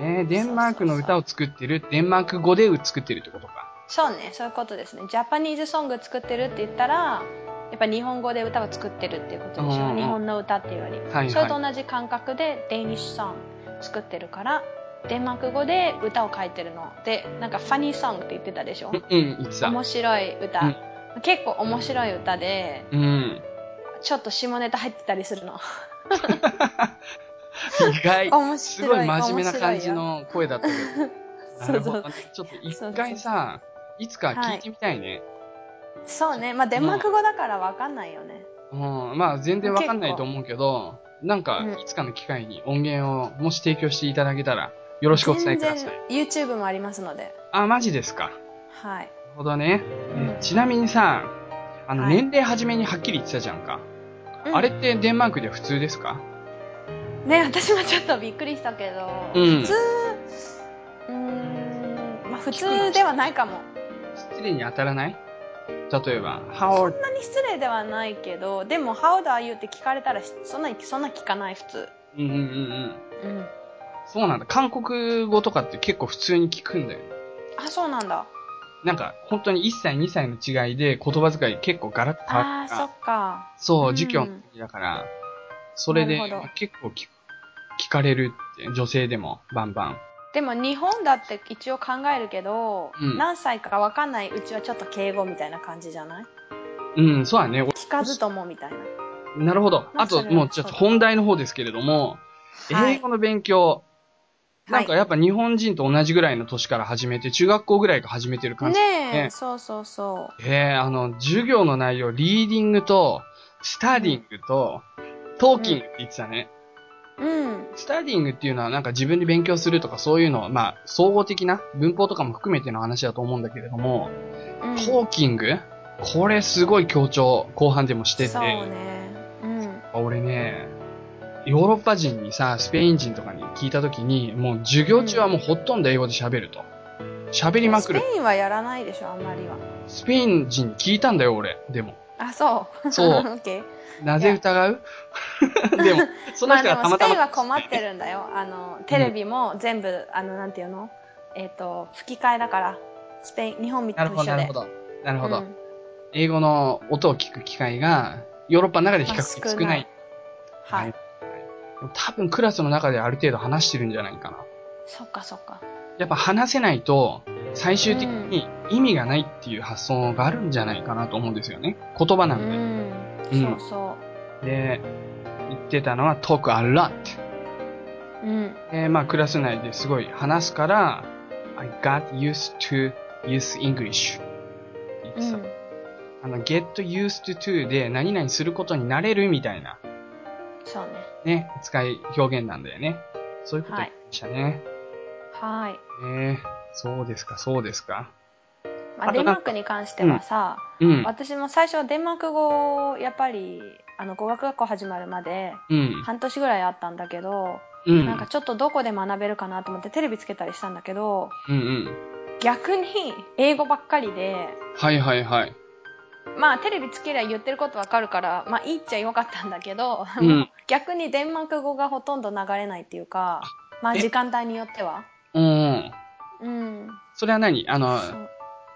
Speaker 1: えー、デンマークの歌を作ってる、デンマーク語で作ってるってことか。
Speaker 2: そうね、そういうことですね。ジャパニーズソング作ってるって言ったら、やっぱ日本語で歌を作ってるっていうことでし
Speaker 1: うんうんう
Speaker 2: ょ。
Speaker 1: ん
Speaker 2: 日本の歌っていうより。
Speaker 1: はい
Speaker 2: それ
Speaker 1: は
Speaker 2: と
Speaker 1: い。
Speaker 2: 同じ感覚でデニッシュソング作ってるから、デンマーク語で歌を書いてるの。で、なんかファニーソングって言ってたでしょ。
Speaker 1: うん、うん、いつだ。
Speaker 2: 面白い歌。
Speaker 1: うん
Speaker 2: 結構面白い歌で、
Speaker 1: うん。
Speaker 2: ちょっと下ネタ入ってたりするの。
Speaker 1: 意外。
Speaker 2: 面白い。
Speaker 1: すごい真面目な感じ
Speaker 2: 面白いよ。
Speaker 1: の声だったけ
Speaker 2: <laughs>
Speaker 1: ど。なるほ
Speaker 2: そ
Speaker 1: ど
Speaker 2: う
Speaker 1: ね。ちょっと一回さ、いつか聞いてみたいね。
Speaker 2: <laughs> そうね、まあデンマーク語だからわかんないよね。
Speaker 1: うん。まあ全然わかんないと思うけど、なんか
Speaker 2: うん
Speaker 1: いつかの機会に音源をもし提供していただけたら、よろしくお伝えください。
Speaker 2: 全然 YouTube もありますので。
Speaker 1: あ、マジですか。
Speaker 2: はい。
Speaker 1: なるほどね。えちなみにさ、あの、
Speaker 2: はい
Speaker 1: 年齢初めにはっきり言ってたじゃんか。
Speaker 2: うん
Speaker 1: あれってデンマークでは普通ですか
Speaker 2: ね私もちょっとびっくりしたけど、
Speaker 1: うん
Speaker 2: 普通うーんまあ普通ではないかも
Speaker 1: 失礼に当たらない例えば、How old?
Speaker 2: そんなに失礼ではないけどでも「How do you?」って聞かれたらしそんなそんな聞かない普通
Speaker 1: うんうんうんうん。
Speaker 2: うん
Speaker 1: そうなんだ。韓国語とかって結構普通に聞くんだよね。
Speaker 2: あそうなんだ
Speaker 1: なんか、本当に1歳、2歳の違いで言葉遣い結構ガラッと変わ
Speaker 2: あ
Speaker 1: っ
Speaker 2: ー
Speaker 1: た
Speaker 2: そ
Speaker 1: から。
Speaker 2: っか
Speaker 1: そうう、
Speaker 2: ん
Speaker 1: 授業の時だから、それで
Speaker 2: なるほど
Speaker 1: 結構聞聞かれるって、女性でもバンバン。
Speaker 2: でも日本だって一応考えるけど、
Speaker 1: うん
Speaker 2: 何歳かわかんないうちはちょっと敬語みたいな感じじゃない
Speaker 1: うん、そうだね。お
Speaker 2: 聞かずともみたいな
Speaker 1: なるほど。
Speaker 2: まあ
Speaker 1: あと、
Speaker 2: それは
Speaker 1: もうちょっと本題の方ですけれども、
Speaker 2: はい
Speaker 1: 英語の勉強、
Speaker 2: は
Speaker 1: ないんかやっぱ日本人と同じぐらいの年から始めて、中学校ぐらいから始めてる感じ。
Speaker 2: ねえ
Speaker 1: ね
Speaker 2: そうそうそ
Speaker 1: えー、あの、授業の内容、リーディングと、スタディングと、トーキングって言ってたね。
Speaker 2: ううん
Speaker 1: スタディングっていうのはなんか自分で勉強するとかそういうの、まあ、総合的な文法とかも含めての話だと思うんだけれども、
Speaker 2: うん
Speaker 1: トーキングこれすごい強調、後半でもしてて。
Speaker 2: そうねうん
Speaker 1: 俺ね、ヨーロッパ人にさ、スペイン人とかに聞いたときに、もう授業中はもうほとんど英語で喋ると。喋りまくる。
Speaker 2: スペインはやらないでしょあんまりは
Speaker 1: スペイン人に聞いたんだよ、俺。で
Speaker 2: <laughs>
Speaker 1: も。
Speaker 2: あそう
Speaker 1: そう
Speaker 2: <laughs> オッケー
Speaker 1: なぜ疑うでも、その人が
Speaker 2: まあ、でも
Speaker 1: たま
Speaker 2: スペ
Speaker 1: た
Speaker 2: イン
Speaker 1: ま。
Speaker 2: は困ってるんだよあのテレビも全部、あのなんていうのえっ、と吹き替えだからスペイン日本みた
Speaker 1: ないる
Speaker 2: に
Speaker 1: ほ
Speaker 2: 一緒
Speaker 1: ど、
Speaker 2: で
Speaker 1: なるほど。
Speaker 2: う
Speaker 1: なるほど。
Speaker 2: ん
Speaker 1: 英語の音を聞く機会が、ヨーロッパの中で比較的
Speaker 2: まあ
Speaker 1: 少
Speaker 2: 少
Speaker 1: な
Speaker 2: ないい。はい、
Speaker 1: はいでも多分クラスの中である程度話してるんじゃないかな。
Speaker 2: そっかそっか
Speaker 1: やっぱ話せないと、最終的に意味がないっていう発想があるんじゃないかなと思うんですよね。言葉な
Speaker 2: うん
Speaker 1: で。
Speaker 2: そうそ
Speaker 1: で、言ってたのは talk a lot。
Speaker 2: ううん
Speaker 1: えーまあクラス内ですごい話すから、I got used to use English. 言っ
Speaker 2: う
Speaker 1: てた
Speaker 2: ん
Speaker 1: あの、get used to で何々することになれるみたいな、
Speaker 2: そうね
Speaker 1: ね、使い表現なんだよね。そういうこと言ってましたね。
Speaker 2: はい、
Speaker 1: えーそうですか、そうですか。
Speaker 2: ま
Speaker 1: あ
Speaker 2: あ、
Speaker 1: と
Speaker 2: デン
Speaker 1: なんか
Speaker 2: マークに関してはさ、
Speaker 1: うん。
Speaker 2: 私も最初デンマーク語をやっぱりあの語学学校始まるまで
Speaker 1: うん。
Speaker 2: 半年ぐらいあったんだけど、
Speaker 1: うん。
Speaker 2: なんかちょっとどこで学べるかなと思ってテレビつけたりしたんだけど
Speaker 1: うんうん。
Speaker 2: 逆に英語ばっかりで
Speaker 1: はいはいはい。
Speaker 2: まあテレビつけりゃ言ってることわかるからまあいいっちゃよかったんだけど、
Speaker 1: うん。
Speaker 2: <laughs> 逆にデンマーク語がほとんど流れないっていうかまあ
Speaker 1: え
Speaker 2: 時間帯によっては
Speaker 1: うん。
Speaker 2: うん
Speaker 1: それは何あの、
Speaker 2: そう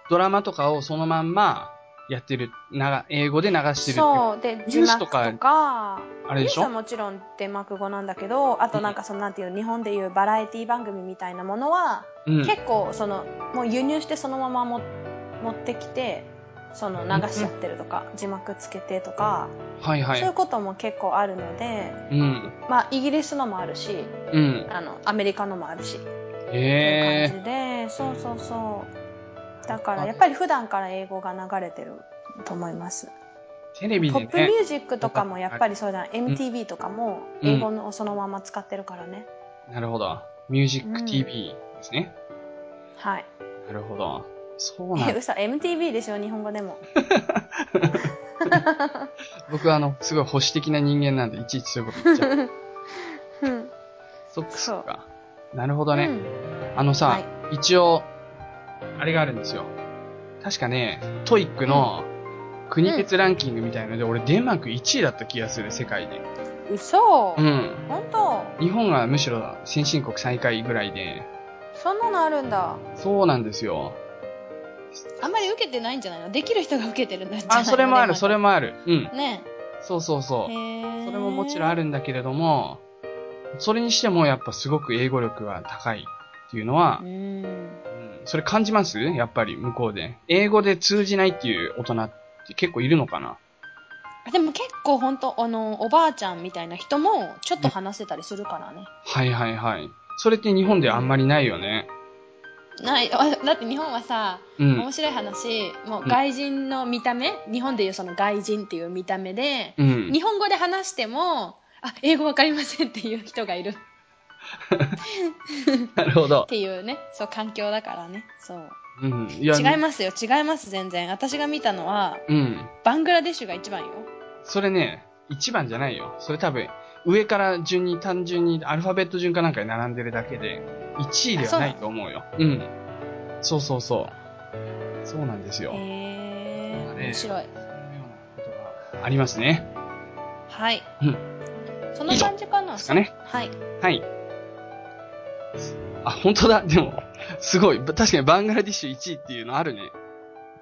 Speaker 1: ドラマとかをそのまんまやってる、なが英語で流してるっていう
Speaker 2: そうで字
Speaker 1: ュース
Speaker 2: 幕
Speaker 1: と
Speaker 2: と
Speaker 1: か
Speaker 2: か
Speaker 1: あ
Speaker 2: ニ
Speaker 1: れ
Speaker 2: ュ
Speaker 1: で
Speaker 2: ー
Speaker 1: し
Speaker 2: ス
Speaker 1: ょ
Speaker 2: はもちろんデンマーク語なんだけどあとなんかそのなんていう日本でいうバラエティ番組みたいなものは
Speaker 1: うん。
Speaker 2: 結構そのもう輸入してそのままも持ってきてその流しちゃってるとか、字幕つけてとか、
Speaker 1: はいは
Speaker 2: そういう
Speaker 1: い。
Speaker 2: ことも結構あるので
Speaker 1: うん。
Speaker 2: まあイギリスのもあるし
Speaker 1: うん。
Speaker 2: あのアメリカのもあるしっていう
Speaker 1: へ
Speaker 2: 感じで、そうそうそうだからやっぱり普段から英語が流れてると思います
Speaker 1: ー、テレビ
Speaker 2: ポ
Speaker 1: で
Speaker 2: ップミュ
Speaker 1: ね。
Speaker 2: ージックとかもやっぱりそうだ、MTV とかも英語のそのまま使ってるからね、
Speaker 1: なるほど。ミュージック TV ですね。
Speaker 2: はい
Speaker 1: なるほど。そうなん
Speaker 2: え
Speaker 1: だ。
Speaker 2: <laughs> 嘘 MTV でしょ日本語でも
Speaker 1: 僕はあの、すごい保守的な人間なんで、いちいちそういうこと言っちゃ
Speaker 2: <laughs>
Speaker 1: う。
Speaker 2: うん
Speaker 1: そっかそっか。なるほどね。
Speaker 2: うん
Speaker 1: あのさ、
Speaker 2: はい
Speaker 1: 一応、あれがあるんですよ。確かね、トイックの国別ランキングみたいので、俺デンマーク1位だった気がする、世界で。
Speaker 2: 嘘、
Speaker 1: うん。
Speaker 2: 本当
Speaker 1: 日本はむしろ先進国最下位ぐらいで、
Speaker 2: そんなのあるんだ
Speaker 1: そうなんですよ。
Speaker 2: あんまり受けてないんじゃないのできる人が受けてるんだじゃない
Speaker 1: あ、それもある、それ
Speaker 2: も
Speaker 1: もある。うん。
Speaker 2: ね
Speaker 1: そうそうそ
Speaker 2: へ
Speaker 1: う。
Speaker 2: ー
Speaker 1: それももちろんあるんだけれども、それにしてもやっぱすごく英語力が高いっていうのは
Speaker 2: う、ん
Speaker 1: うんそれ感じますやっぱり向こうで。英語で通じないっていう大人って結構いるのかな
Speaker 2: でも結構本当あのおばあちゃんみたいな人もちょっと話せたりするからね、
Speaker 1: はいはいはい。それって日本ではあんまりないよね。
Speaker 2: ない <laughs> あだって日本はさ
Speaker 1: うん
Speaker 2: 面。白い話も
Speaker 1: う
Speaker 2: うん外人の見た目、日本でいうその外人っていう見た目で、
Speaker 1: うん。
Speaker 2: 日本語で話してもあ英語わかりませんっていう人がいるっ
Speaker 1: なるほど。
Speaker 2: ていうねそう環境だからねそう
Speaker 1: うん。い
Speaker 2: 違いますよ違います全然私が見たのは
Speaker 1: うん。
Speaker 2: バングラデシュが一番よ
Speaker 1: それね、一番じゃないよ。それ多分、上から順に単純にアルファベット順かなんかに並んでるだけで、1位ではないと思うよ。うん。そうそうそう。そうなんですよ。
Speaker 2: へ
Speaker 1: こ
Speaker 2: え
Speaker 1: あれ
Speaker 2: 面白い
Speaker 1: のようなことがありますね。
Speaker 2: はい、
Speaker 1: うん
Speaker 2: そんな感じかな
Speaker 1: ですかね。
Speaker 2: はい
Speaker 1: はい。あ、本当だ。でも、すごい。確かにバングラディッシュ1位っていうのあるね。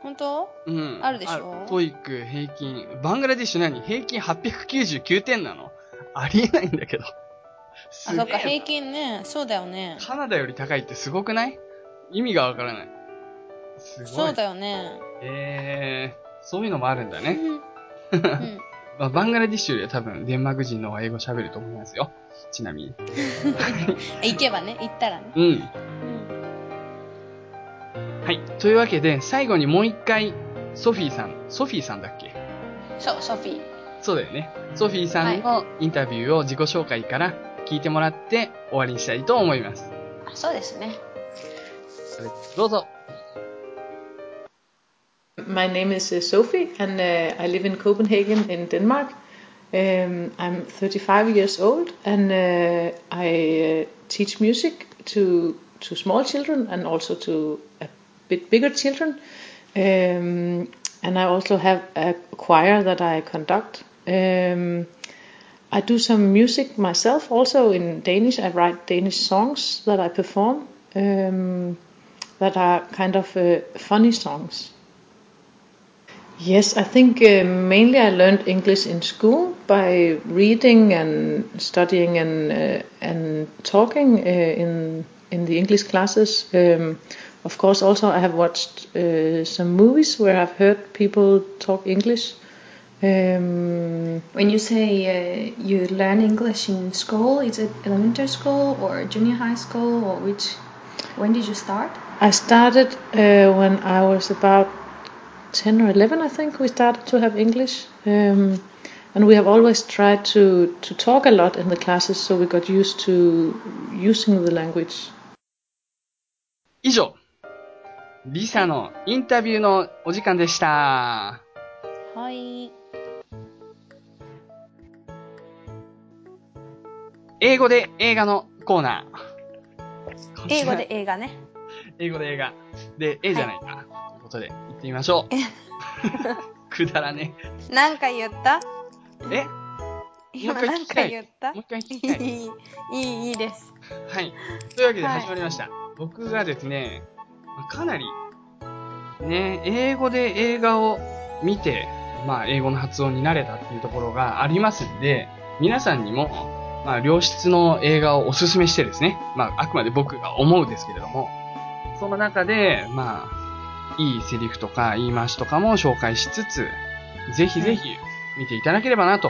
Speaker 2: 本当
Speaker 1: うん。
Speaker 2: あるでしょ
Speaker 1: トイック平均。バングラディッシュ何平均899点なのありえないんだけど。す
Speaker 2: あ
Speaker 1: げえな
Speaker 2: そっか平均ねそうだよね
Speaker 1: カナダより高いってすごくない意味がわからない。すごい。
Speaker 2: そうだよね
Speaker 1: えー、そういうのもあるんだね。
Speaker 2: うんうん
Speaker 1: まあ、バングラディッシュよりは多分デンマーク人の方が英語喋ると思いますよ。ちなみに。
Speaker 2: 行けばね行ったらね、
Speaker 1: うん。
Speaker 2: うん、
Speaker 1: はい。というわけで、最後にもう一回、ソフィーさん、ソフィーさんだっけ
Speaker 2: そうソフィー
Speaker 1: そうだよね。ソフィーさんのインタビューを自己紹介から聞いてもらって終わりにしたいと思います。
Speaker 2: あそうですね
Speaker 1: それどうぞ。
Speaker 3: My name is uh, Sophie, and uh, I live in Copenhagen in Denmark. Um, I'm 35 years old, and uh, I uh, teach music to to small children and also to a bit bigger children. Um, and I also have a choir that I conduct. Um, I do some music myself, also in Danish. I write Danish songs that I perform. Um, that are kind of uh, funny songs. Yes, I think uh, mainly I learned English in school by reading and studying and uh, and talking uh, in in the English classes. Um, of course, also I have watched uh, some movies where I've heard people talk English. Um,
Speaker 4: When you say uh, you learn English in school, is it elementary school or junior high school or which? When did you start?
Speaker 3: I started uh, when I was about 10 or 11, I think, we started to have English. Um, and we have always tried to, to talk a lot in the classes, so we got used to using the language.
Speaker 1: 以上、リサのインタビューのお時間でした。
Speaker 2: はい
Speaker 1: 英語で映画のコーナー。
Speaker 2: 英語で。映画ね
Speaker 1: 英語で映画。で、絵じゃないか。ということで、行ってみましょう。
Speaker 2: <laughs>
Speaker 1: くだらね
Speaker 2: なんか言った
Speaker 1: え。え
Speaker 2: 今
Speaker 1: もう一回
Speaker 2: なんか言った
Speaker 1: もう一回聞き
Speaker 2: い
Speaker 1: たい。
Speaker 2: いいいいいです <laughs>
Speaker 1: はい。というわけで
Speaker 2: はい
Speaker 1: 始まりました。僕がですね、まあかなり、ね、英語で映画を見て、まあ、英語の発音に慣れたっていうところがありますんで、皆さんにも、まあ、良質の映画をおすすめしてですね、まあ、あくまで僕が思うですけれども、その中で、まあ、いいセリフとか言い回しとかも紹介しつつ、ぜひぜひ見ていただければなと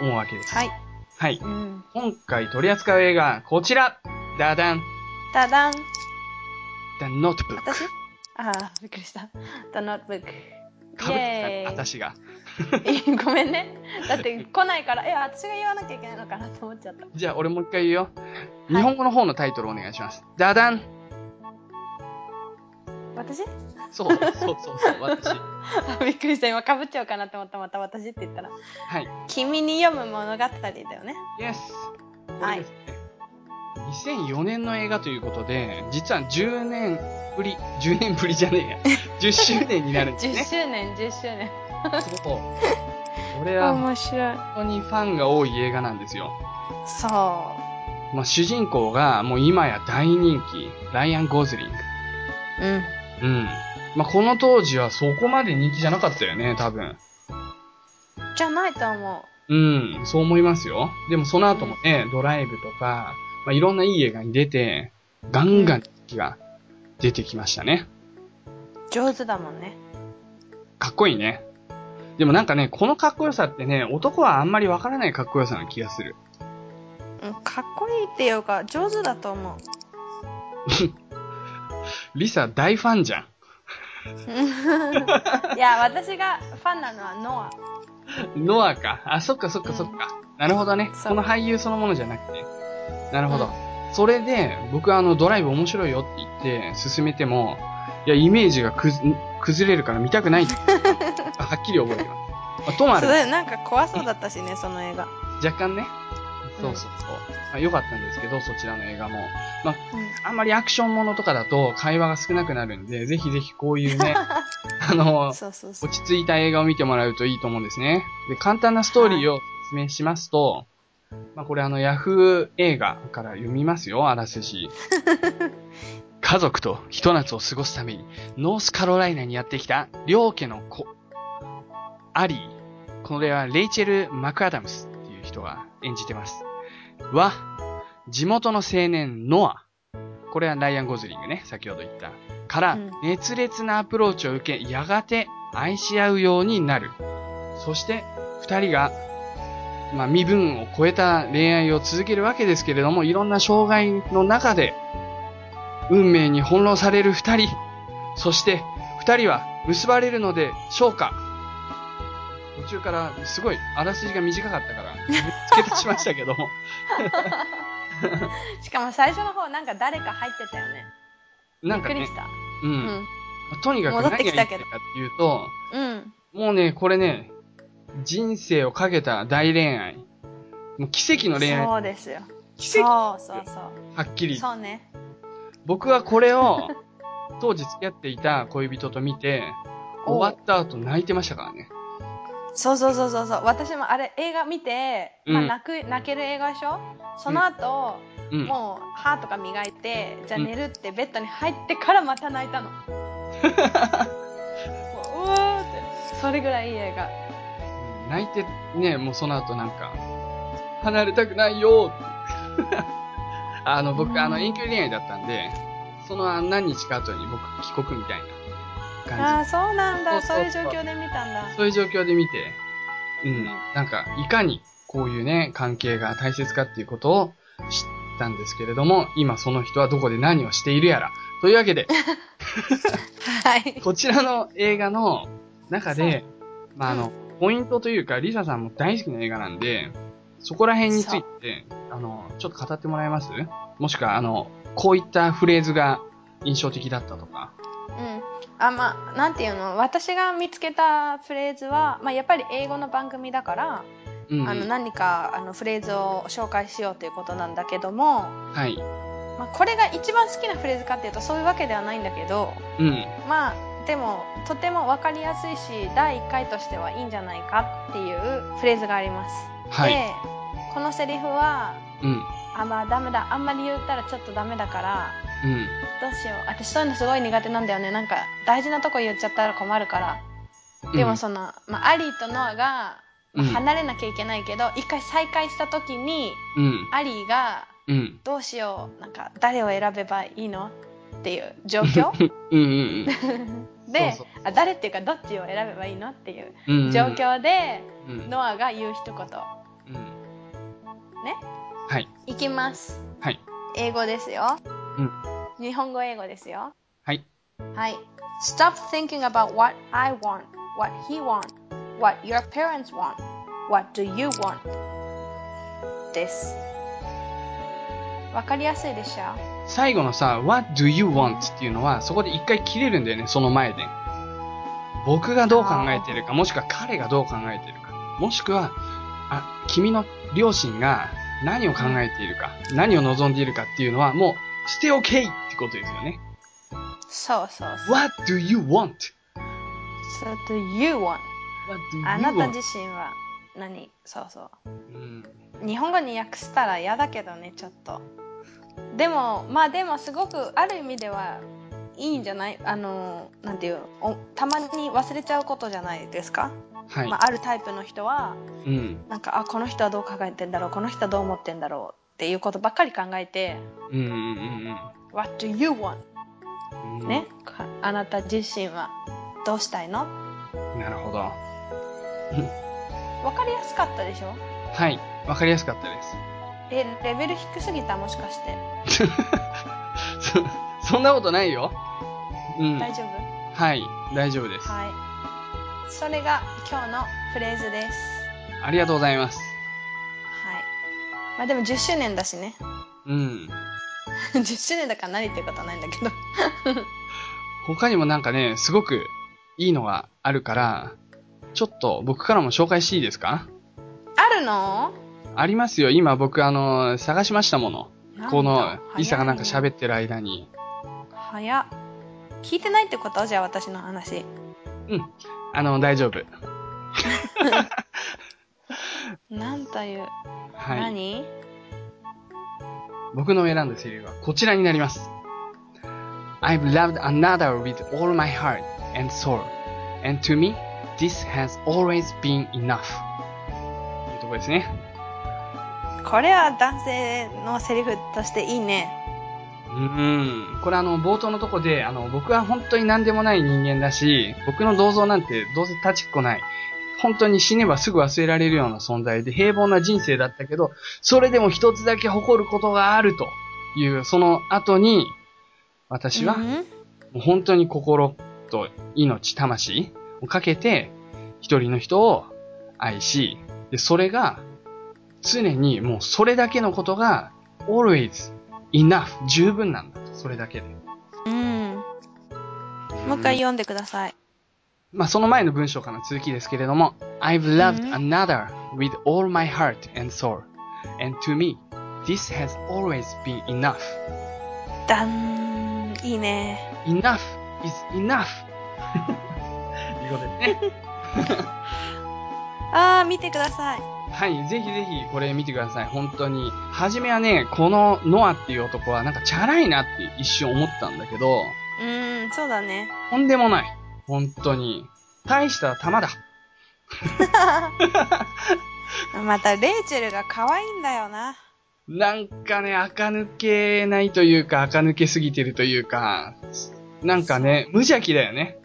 Speaker 1: 思うわけです。
Speaker 2: はい、
Speaker 1: はい。
Speaker 2: うん、
Speaker 1: 今回取り扱う映画、こちらダダン
Speaker 2: ダダン
Speaker 1: The Notebook。
Speaker 2: 私ああ、びっくりした。The Notebook。
Speaker 1: かぶってたね
Speaker 2: イエーイ
Speaker 1: 私が。
Speaker 2: <laughs> ごめんね。だって来ないから、え、私が言わなきゃいけないのかなと思っちゃった。
Speaker 1: じゃあ、俺もう一回言うよ。日本語の方のタイトルお願いします。ダダン
Speaker 2: 私
Speaker 1: そう、そうそうそう、私。
Speaker 2: あ <laughs> びっくりした。今かぶっちゃうかなと思った。また私って言ったら。
Speaker 1: はい。
Speaker 2: 君に読む物語だよね。
Speaker 1: Yes!
Speaker 2: はい
Speaker 1: これですね。2004年の映画ということで、実は10年ぶり、10年ぶりじゃね <laughs> えや。10周年になるんです
Speaker 2: 10
Speaker 1: ね。
Speaker 2: 周年、10周年。
Speaker 1: そう。これは本
Speaker 2: 白い。
Speaker 1: 当にファンが多い映画なんですよ。
Speaker 2: そ
Speaker 1: まあ、主人公がもう今や大人気、ライアン・ゴーズリング。
Speaker 2: う。うん。
Speaker 1: うん。まあ、この当時はそこまで人気じゃなかったよね、多分。
Speaker 2: じゃないと思
Speaker 1: うん、そう思いますよ。でもその後もね、ドライブとか、まあ、いろんないい映画に出て、ガンガン人気が出てきましたね。
Speaker 2: う。上手だもんね。
Speaker 1: かっこいいね。でもなんかね、このかっこよさってね、男はあんまりわからないかっこよさな気がする。
Speaker 2: うんかっこいいっていうか、上手だと思う。
Speaker 1: リサ大ファンじゃん。
Speaker 2: <laughs> いや、私がファンなのはノア。
Speaker 1: ノアか。あ、そっかそっかそっか。なるほどね。
Speaker 2: そう
Speaker 1: この俳優そのものじゃなくて。なるほど。それで、僕あの、ドライブ面白いよって言って、進めても、いや、イメージがくず崩れるから見たくな
Speaker 2: <laughs>
Speaker 1: いって。あはっきり覚えてます。まあ、ともあ
Speaker 2: そ
Speaker 1: れ、
Speaker 2: れなんか怖そうだったしね、その映画。
Speaker 1: 若干ね。そうそうそう。まあ、良かったんですけど、そちらの映画も。あんまりアクションものとかだと会話が少なくなるんで、ぜひぜひこうい
Speaker 2: <laughs>
Speaker 1: うね、あ
Speaker 2: う
Speaker 1: の
Speaker 2: ん。、そうそうそう。
Speaker 1: 落ち着いた映画を見てもらうといいと思うんですね。で、簡単なストーリーを説明しますと、まあこれあの、ヤフー映画から読みますよ、あら
Speaker 2: <laughs>
Speaker 1: すじ。家族とひと夏を過ごすために、ノースカロライナにやってきた、両家の子、アリー。これはレイチェル・マクアダムスっていう人が演じてます。は、地元の青年、ノア。これはライアン・ゴズリングね、先ほど言った。から
Speaker 2: うん、
Speaker 1: 熱烈なアプローチを受け、やがて愛し合うようになる。そして、二人が、まあ、身分を超えた恋愛を続けるわけですけれども、いろんな障害の中で、運命に翻弄される二人。そして、二人は結ばれるのでしょうか途中から、すごい、あらすじが短かった
Speaker 2: <laughs>
Speaker 1: から、付け足しましたけど。
Speaker 2: しかも最初の方、なんか誰か入ってたよね。
Speaker 1: なん
Speaker 2: びっ
Speaker 1: か
Speaker 2: くり
Speaker 1: ね
Speaker 2: し、た。
Speaker 1: うん。
Speaker 2: うん。
Speaker 1: とにかく何
Speaker 2: 戻
Speaker 1: が
Speaker 2: って
Speaker 1: 言
Speaker 2: き
Speaker 1: いた
Speaker 2: た
Speaker 1: い
Speaker 2: け
Speaker 1: かって
Speaker 2: ど
Speaker 1: いうと、
Speaker 2: うん。
Speaker 1: もうね、これね、人生をかけた大恋愛。もう奇跡の恋愛。
Speaker 2: そうですよ。
Speaker 1: 奇跡、は
Speaker 2: そうそうそ
Speaker 1: っき
Speaker 2: う。
Speaker 1: り。
Speaker 2: そうね。
Speaker 1: 僕はこれ
Speaker 2: <laughs>
Speaker 1: を、当時付き合っていた恋人と見て、
Speaker 2: おう
Speaker 1: 終わった後泣いてましたからね。
Speaker 2: そうそうそうそうそう。私もあれ映画見て、まあ
Speaker 1: うん
Speaker 2: 泣く泣ける映画でしょ。その後、
Speaker 1: うん。
Speaker 2: もう歯とか磨いて、じゃあ寝るってベッドに入ってからまた泣い
Speaker 1: <laughs>
Speaker 2: たの。もううわーって。それぐらいいい映画。
Speaker 1: 泣いて、ね、もうその後なんか、離れたくないよ <laughs> ってあの、
Speaker 2: う
Speaker 1: 僕、
Speaker 2: ん
Speaker 1: あの、遠距離恋愛だったんで、その何日か後に僕帰国みたいな
Speaker 2: あ
Speaker 1: 感
Speaker 2: あ、そうなんだ。
Speaker 1: そ
Speaker 2: そうう
Speaker 1: そ
Speaker 2: いうう
Speaker 1: そう
Speaker 2: 状況で見たんだ
Speaker 1: じ。。そういう状況で見て、うん、なんか、いかにこういうね、関係が大切かっていうことを知ったんですけれども、今その人はどこで何をしているやら。というわけで、
Speaker 2: はい。
Speaker 1: こちらの映画の中で、まあ、あの、ポイントというか、リサさんも大好きな映画なんで、そこら辺について、あの、ちょっと語ってもらえますもしくは、あの、こういったフレーズが印象的だったとか。
Speaker 2: うん。あ、まあ、なんていうの私が見つけたフレーズは、まあ、やっぱり英語の番組だから、
Speaker 1: うん、
Speaker 2: あの、何か、あの、フレーズを紹介しようということなんだけども、
Speaker 1: はい。
Speaker 2: まあ、これが一番好きなフレーズかっていうと、そういうわけではないんだけど、
Speaker 1: うん。
Speaker 2: まあ、でも、とてもわかりやすいし、第1回としてはいいんじゃないかっていうフレーズがあります。
Speaker 1: はい。
Speaker 2: で、このセリフは、
Speaker 1: うん。
Speaker 2: あ、まあ、ダメだ。あんまり言ったらちょっとダメだから、
Speaker 1: うん。
Speaker 2: どうしよう。私そういうのすごい苦手なんだよね。なんか大事なとこ言っちゃったら困るから。でもその、まあ、アリーとノアが
Speaker 1: うん、
Speaker 2: 離れなきゃいけないけど、一回再会した時に、
Speaker 1: うん。
Speaker 2: アリーが
Speaker 1: うん。
Speaker 2: どうしよう、なんか誰を選べばいいのっていう状
Speaker 1: <laughs>
Speaker 2: 況
Speaker 1: うん。うん。
Speaker 2: で
Speaker 1: そうそう
Speaker 2: あ、誰っていうかどっちを選べばいいのっていう
Speaker 1: うん。
Speaker 2: 状況で、
Speaker 1: うん。うん。
Speaker 2: ノアが言う一言。
Speaker 1: うん
Speaker 2: ね。
Speaker 1: はい。
Speaker 2: いきます。
Speaker 1: はい。
Speaker 2: 英語ですよ。
Speaker 1: うん
Speaker 2: 日本語英語ですよ。
Speaker 1: はい。
Speaker 2: はい。Stop thinking about what I want, what he want, what your parents want, what do you want です。わかりやすいでしょ
Speaker 1: 最後のさ、What do you want? っていうのは、そこで一回切れるんだよね、その前で。僕がどう考えてるか、もしくは彼がどう考えてるか、もしくは、あ、君の両親が何を考えているか、何を望んでいるかっていうのは、もう、しておけいってことですよね。
Speaker 2: そうそうそう。
Speaker 1: What do you want?
Speaker 2: So do you want?
Speaker 1: What do you
Speaker 2: あなた
Speaker 1: want?
Speaker 2: 自身は何そうそう。
Speaker 1: うん
Speaker 2: 日本語に訳したら嫌だけどねちょっとでもまあでもすごくある意味ではいいんじゃないあのなんていうおたまに忘れちゃうことじゃないですか、
Speaker 1: はい
Speaker 2: ま。あ、あるタイプの人は
Speaker 1: うん。
Speaker 2: なんかあこの人はどう考えてんだろうこの人はどう思ってんだろうっていうことばっかり考えて
Speaker 1: うんうんうん
Speaker 2: 「What do you want?、
Speaker 1: うんうん。
Speaker 2: ね。かあなた自身はどうしたいの
Speaker 1: なるほど。
Speaker 2: わかりやすかったでしょ
Speaker 1: はい。わかりやすかったです。
Speaker 2: えレベル低すぎたもしかして
Speaker 1: そ、そんなことないよ。うん。
Speaker 2: 大丈夫、
Speaker 1: はい。大丈夫です。
Speaker 2: はいそれが今日のフレーズです
Speaker 1: ありがとうございます。
Speaker 2: はい。まあでも10周年だしね。 <laughs>
Speaker 1: うん。
Speaker 2: 10周年だから何っていうことはないんだけど。
Speaker 1: 他にもなんかね、すごくいいのがあるから、ちょっと僕からも紹介していいですか
Speaker 2: あるの
Speaker 1: ありますよ。今僕あの、探しましたもの。この、イサがなんか
Speaker 2: る。
Speaker 1: 喋ってる間に。
Speaker 2: 早っ。聞いてないってことじゃあ私の話。
Speaker 1: うん。あの、大丈夫。
Speaker 2: なんという。
Speaker 1: はい。
Speaker 2: 何
Speaker 1: 僕の選んだセリフはこちらになります。I've loved another with all my heart and soul. And to me, this has always been enough. というとこですね。
Speaker 2: これは男性のセリフとしていいね。
Speaker 1: うん、これあの、冒頭のとこで、あの、僕は本当に何でもない人間だし、僕の銅像なんてどうせ立ちっこない。本当に死ねばすぐ忘れられるような存在で平凡な人生だったけど、それでも一つだけ誇ることがあるという、その後に、私は
Speaker 2: う、ん
Speaker 1: もう本当に心と命、魂をかけて、一人の人を愛し、で、それが、常にもうそれだけのことが、always enough、十分なんだと。それだけで。
Speaker 2: うん。もう一回読んでください。
Speaker 1: まあ、その前の文章からの続きですけれども、I've loved
Speaker 2: うん
Speaker 1: another with all my heart and soul. And to me, this has always been enough.
Speaker 2: だん。いいね。
Speaker 1: Enough is enough. <laughs> ということですね。
Speaker 2: あー、見てください。
Speaker 1: はい、ぜひぜひこれ見てください。本当に。はじめはね、このノアっていう男はなんかチャラいなって一瞬思ったんだけど、
Speaker 2: うん、そうだね。
Speaker 1: とんでもない。本当に。大した玉だ。
Speaker 2: また、レイチェルが可愛いんだよな。
Speaker 1: なんかね、垢抜けないというか、垢抜けすぎてるというか、なんかね、無邪気だよね。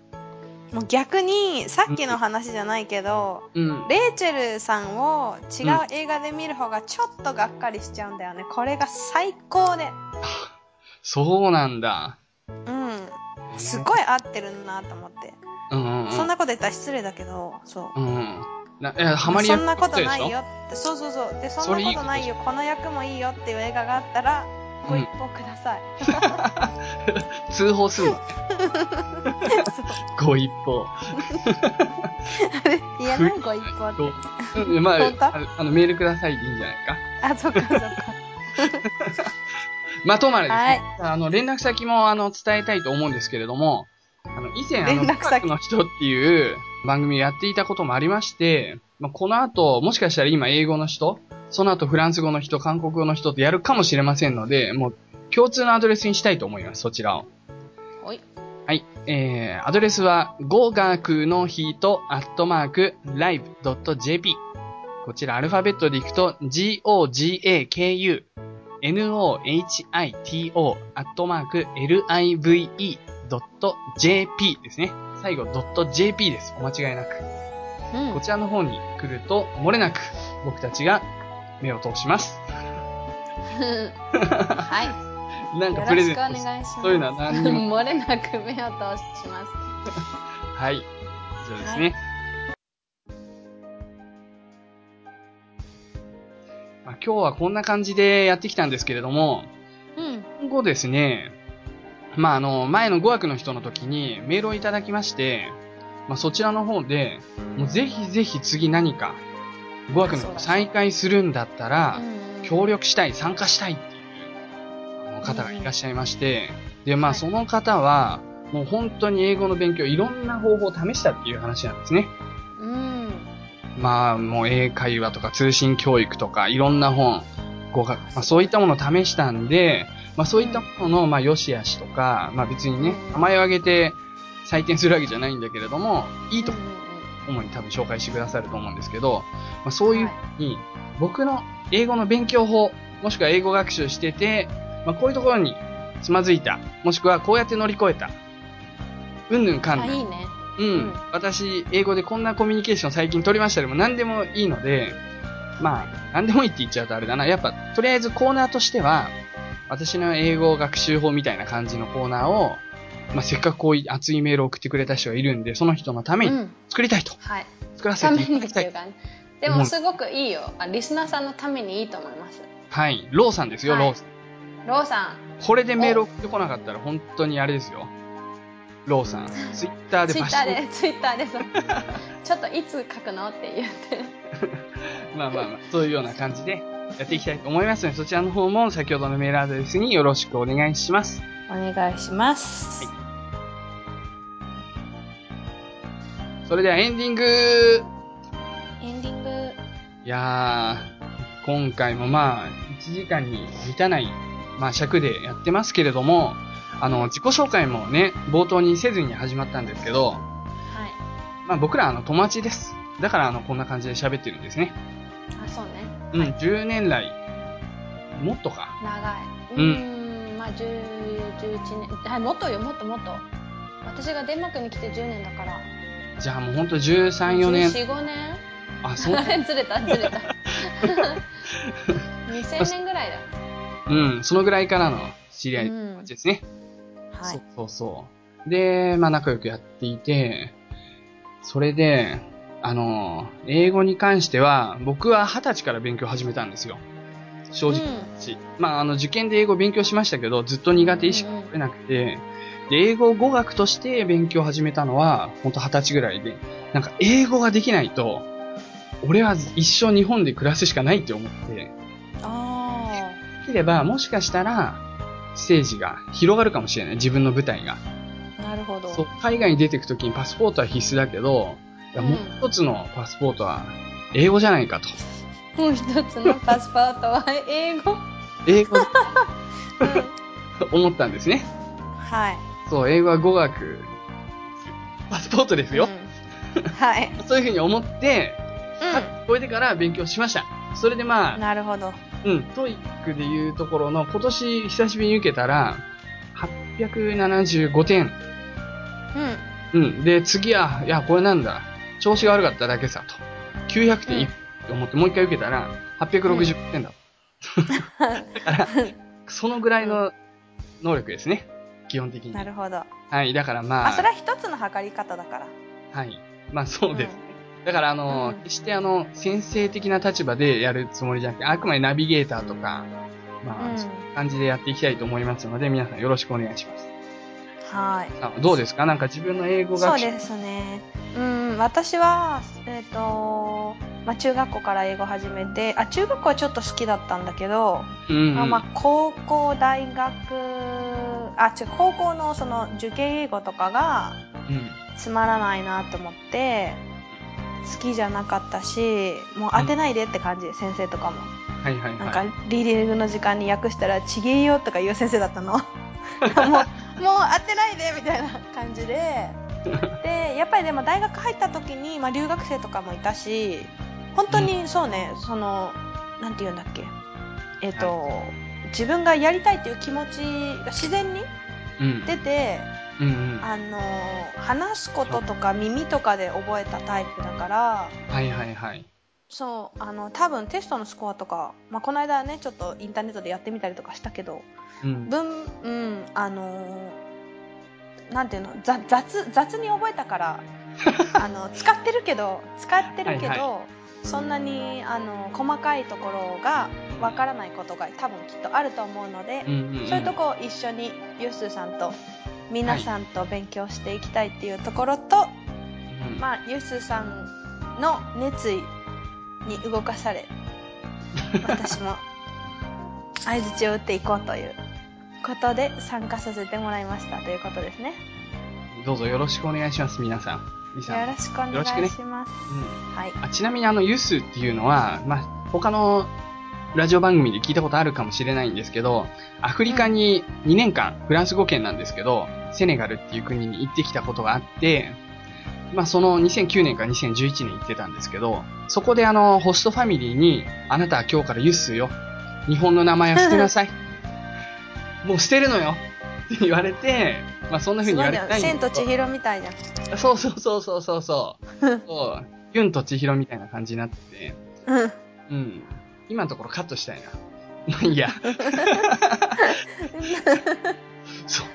Speaker 2: もう逆にさっきの話じゃないけど、
Speaker 1: うん。
Speaker 2: レイチェルさんを違う映画で見る方がちょっとがっかりしちゃうんだよねこれが最高で
Speaker 1: そうなんだ。
Speaker 2: うんすごい合ってるなと思って、
Speaker 1: うんうんうん。
Speaker 2: そんなこと言ったら失礼だけどそう
Speaker 1: うんうん。な、え、ハマり
Speaker 2: そ
Speaker 1: 役
Speaker 2: んなことない
Speaker 1: でしょ
Speaker 2: よってそうそうそうでそ
Speaker 1: そ
Speaker 2: ん
Speaker 1: れいい
Speaker 2: なこ
Speaker 1: こ
Speaker 2: ととないよこの役もいいよっていう映画があったらご一報くださ <laughs> い、
Speaker 1: 通報す
Speaker 2: <laughs>
Speaker 1: るの。
Speaker 2: そう
Speaker 1: ご一報。
Speaker 2: あれ言えないご一報って
Speaker 1: うん、ま
Speaker 2: 本当
Speaker 1: あ、あのあの、メールくださいでいいんじゃないか。
Speaker 2: あそっかそっか
Speaker 1: まあとまれですね。
Speaker 2: はい
Speaker 1: あの、連絡先も、あの、伝えたいと思うんですけれども、あの、以前、あの、
Speaker 2: 連絡先
Speaker 1: 科学の人っていう番組をやっていたこともありまして、まあ、この後、もしかしたら今、英語の人、その後、フランス語の人、韓国語の人とやるかもしれませんので、もう、共通のアドレスにしたいと思います、そちらを。
Speaker 2: はい
Speaker 1: はい。えー、アドレスは、語学の人、アットマーク、live.jp。こちら、アルファベットでいくと、g-o-g-a-k-u、n-o-h-i-t-o、アットマーク、live.jp ですね。最後、.jp です。お間違いなく。
Speaker 2: うん
Speaker 1: こちらの方に来ると、漏れなく、僕たちが目を通します。
Speaker 2: はい
Speaker 1: なん
Speaker 2: よ
Speaker 1: か
Speaker 2: ろ
Speaker 1: プレ
Speaker 2: し
Speaker 1: ゼン
Speaker 2: くお
Speaker 1: ト
Speaker 2: 願いします。
Speaker 1: そういうのは
Speaker 2: <laughs>
Speaker 1: 何にも。
Speaker 2: 漏れなく目を通します。
Speaker 1: はい。以上ですね。まあ、今日はこんな感じでやってきたんですけれども、
Speaker 2: うん。
Speaker 1: 今後ですね、まあ、あの、前の語学の人の時にメールをいただきまして、まあ、そちらの方で、もうぜひぜひ次何か、語学の人と再開するんだったら、協力したい、参加したいっていうあの方がいらっしゃいまして、で、まあ、
Speaker 2: はい
Speaker 1: その方は、もう本当に英語の勉強、いろんな方法を試したっていう話なんですね。
Speaker 2: うん。
Speaker 1: まあ、もう英会話とか通信教育とか、いろんな本、語学、まあ、そういったものを試したんで、まあ、そういったものの、まあ、良し悪しとか、まあ、別にね、名前を挙げて採点するわけじゃないんだけれども、いいとこ主に多分紹介してくださると思うんですけど、まあ、そういうふうに、僕の英語の勉強法、もしくは英語学習してて、まあ、こういうところにつまずいた、もしくはこうやって乗り越えた、うんぬんかん
Speaker 2: あ、
Speaker 1: ぬん
Speaker 2: いいね。
Speaker 1: うん、
Speaker 2: うん
Speaker 1: 私、英語でこんなコミュニケーション最近取りましたでも何でもいいので、まあ、何でもいいって言っちゃうとあれだな。やっぱ、とりあえずコーナーとしては、私の英語学習法みたいな感じのコーナーを、まあ、せっかくこういう熱いメールを送ってくれた人がいるんで、その人のため
Speaker 2: う
Speaker 1: に
Speaker 2: ん。
Speaker 1: 作りたいと。
Speaker 2: はい。
Speaker 1: 作らせ
Speaker 2: ため
Speaker 1: てい
Speaker 2: に
Speaker 1: ただ
Speaker 2: っ
Speaker 1: きた
Speaker 2: てい
Speaker 1: い。
Speaker 2: うかね。で
Speaker 1: うん
Speaker 2: もすごくいいよ。あリスナーさんのためにいいと思います。
Speaker 1: はい。ローさんですよ、
Speaker 2: はい
Speaker 1: ローさん。
Speaker 2: ローさん、
Speaker 1: これでメール送ってこなかったら本当にあれですよ。ローさん、ツイッターで
Speaker 2: ツイ
Speaker 1: バ
Speaker 2: ッ
Speaker 1: シ
Speaker 2: タ
Speaker 1: ッ
Speaker 2: ーで、ツイッターでそう、ちょっといつ書くのって言って。
Speaker 1: まあまあまあ、そういうような感じでやっていきたいと思いますので、そちらの方も先ほどのメールアドレスによろしくお願いします。
Speaker 2: お願いします。
Speaker 1: それではエンディング
Speaker 2: エンディング、
Speaker 1: いやー、今回もまあ、1時間に満たない、まあ尺でやってますけれども、あの、自己紹介もね、冒頭にせずに始まったんですけど、
Speaker 2: はい。
Speaker 1: まあ僕らあの友達です。だからあの、こんな感じで喋ってるんですね。
Speaker 2: あ、そうね。
Speaker 1: うん、10年来、もっとか。
Speaker 2: 長い。う
Speaker 1: う
Speaker 2: ーん、まあ、10、11年。はい、もっとよ、もっともっと。私がデンマークに来て10年だから。
Speaker 1: じゃあもうほんと13、4年。
Speaker 2: 14、5年
Speaker 1: あ、そう
Speaker 2: あ。れずれたずれ
Speaker 1: <laughs>
Speaker 2: た2000年ぐらいだ
Speaker 1: うん、そのぐらいからの知り合いって感じですね。
Speaker 2: は
Speaker 1: そう
Speaker 2: い
Speaker 1: そうそう。で、まあ仲良くやっていて、それで、あの、英語に関しては、僕は二十歳から勉強始めたんですよ。正直な話。まあ、あの、受験で英語勉強しましたけど、ずっと苦手意識が取れなくて、で、英語語学として勉強を始めたのは、ほんと二十歳ぐらいで、なんか英語ができないと、俺は一生日本で暮らすしかないって思って、
Speaker 2: あ
Speaker 1: できれば、もしかしたら、ステージが広がるかもしれない。自分の舞台が。
Speaker 2: あなるほど
Speaker 1: そう海外に出てくときにパスポートは必須だけど、いや
Speaker 2: うん
Speaker 1: もう一つのパスポートは英語じゃないかと。
Speaker 2: もう一つのパスポートは英語
Speaker 1: 英語と思ったんですね。
Speaker 2: はい
Speaker 1: そう、英語は語学、パスポートですよ。
Speaker 2: うんはい、
Speaker 1: そういうふうに思って、これでから勉強しました。それでまあ、
Speaker 2: なるほど
Speaker 1: うん、トイックでいうところの、今年久しぶりに受けたら、875点。
Speaker 2: うん
Speaker 1: うん。で、次は、いや、これなんだ。調子が悪かっただけさ、と。900点いくって思って、もう一回受けたら、860点だ。だから、そのぐらいの能力ですね。基本的に。
Speaker 2: るほど
Speaker 1: はい。だからまあ、
Speaker 2: は一つの測り方だから
Speaker 1: はい。まあそうです。
Speaker 2: ん
Speaker 1: だから、あの、
Speaker 2: うん
Speaker 1: 決してあの、先生的な立場でやるつもりじゃなくて、あくまでナビゲーターとか、まあ、
Speaker 2: うん
Speaker 1: そういう感じでやっていきたいと思いますので、皆さんよろしくお願いします。
Speaker 2: はい
Speaker 1: あどうですかなんか自分の英語
Speaker 2: そ
Speaker 1: 学
Speaker 2: う
Speaker 1: 習。
Speaker 2: ですね。うん、私は、えっ、と、まあ、中学校から英語始めて、あ、中学校はちょっと好きだったんだけど、
Speaker 1: うん、
Speaker 2: まあまあ、高校、大学、あ、違う、高校のその受験英語とかが
Speaker 1: うん。
Speaker 2: つまらないなと思って、好きじゃなかったし、もう当てないでって感じ、先生とかも。
Speaker 1: はいはいはい。
Speaker 2: なんか、リーディングの時間に訳したら、ちげえよとか言う先生だった
Speaker 1: <laughs>
Speaker 2: の。もう、もう当てないでみたいな感じで。で、やっぱりでも大学入った時に、まあ留学生とかもいたし、本当にそうね、その、なんて言うんだっけ。えっ、と、自分がやりたいっていう気持ちが自然に
Speaker 1: うん。
Speaker 2: 出て、
Speaker 1: うんうん。
Speaker 2: あの、話すこととか耳とかで覚えたタイプだから、
Speaker 1: はいはいはい。
Speaker 2: そうあの多分テストのスコアとか、まあ、この間ねちょっとインターネットでやってみたりとかしたけど
Speaker 1: うん。
Speaker 2: 文うんあのーなんていうのざ雑雑に覚えたから
Speaker 1: <laughs>
Speaker 2: あの使ってるけど使ってるけど、
Speaker 1: はい
Speaker 2: そんなにあの細かいところがわからないことが多分きっとあると思うので
Speaker 1: う、んうん。
Speaker 2: そういうとこを一緒にユースーさんと皆さんと勉強していきたいっていうところと、
Speaker 1: うん
Speaker 2: まあ、ユースーさんの熱意に動かされ私
Speaker 1: <laughs>
Speaker 2: も相づちを打っていこうということで参加させてもらいましたということですね
Speaker 1: どうぞよろしくお願いします、皆さん。リ
Speaker 2: よ
Speaker 1: さんも
Speaker 2: ろしくお願
Speaker 1: よろしくね
Speaker 2: いします、
Speaker 1: う
Speaker 2: はい
Speaker 1: んあちなみにあの、ユスっていうのは、まあ、他のラジオ番組で聞いたことあるかもしれないんですけど、アフリカに2年間、フランス語圏なんですけど、セネガルっていう国に行ってきたことがあって、まあ、その2009年から2011年行ってたんですけど、そこであの、ホストファミリーに、あなたは今日からユスよ。日本の名前を捨て
Speaker 2: <laughs>
Speaker 1: なさい。もう捨てるのよって言われて、まあ、そんな風
Speaker 2: す
Speaker 1: に
Speaker 2: ご
Speaker 1: 言
Speaker 2: い
Speaker 1: われ
Speaker 2: ね
Speaker 1: たい
Speaker 2: 千
Speaker 1: んですけど
Speaker 2: と千尋みたいじゃん
Speaker 1: そうそうそうそ
Speaker 2: <laughs>
Speaker 1: うそうそう。そう。ユンと千尋みたいな感じになってて。
Speaker 2: うん
Speaker 1: うん。今のところカットしたいな。まあい
Speaker 2: <laughs>
Speaker 1: いや。そう。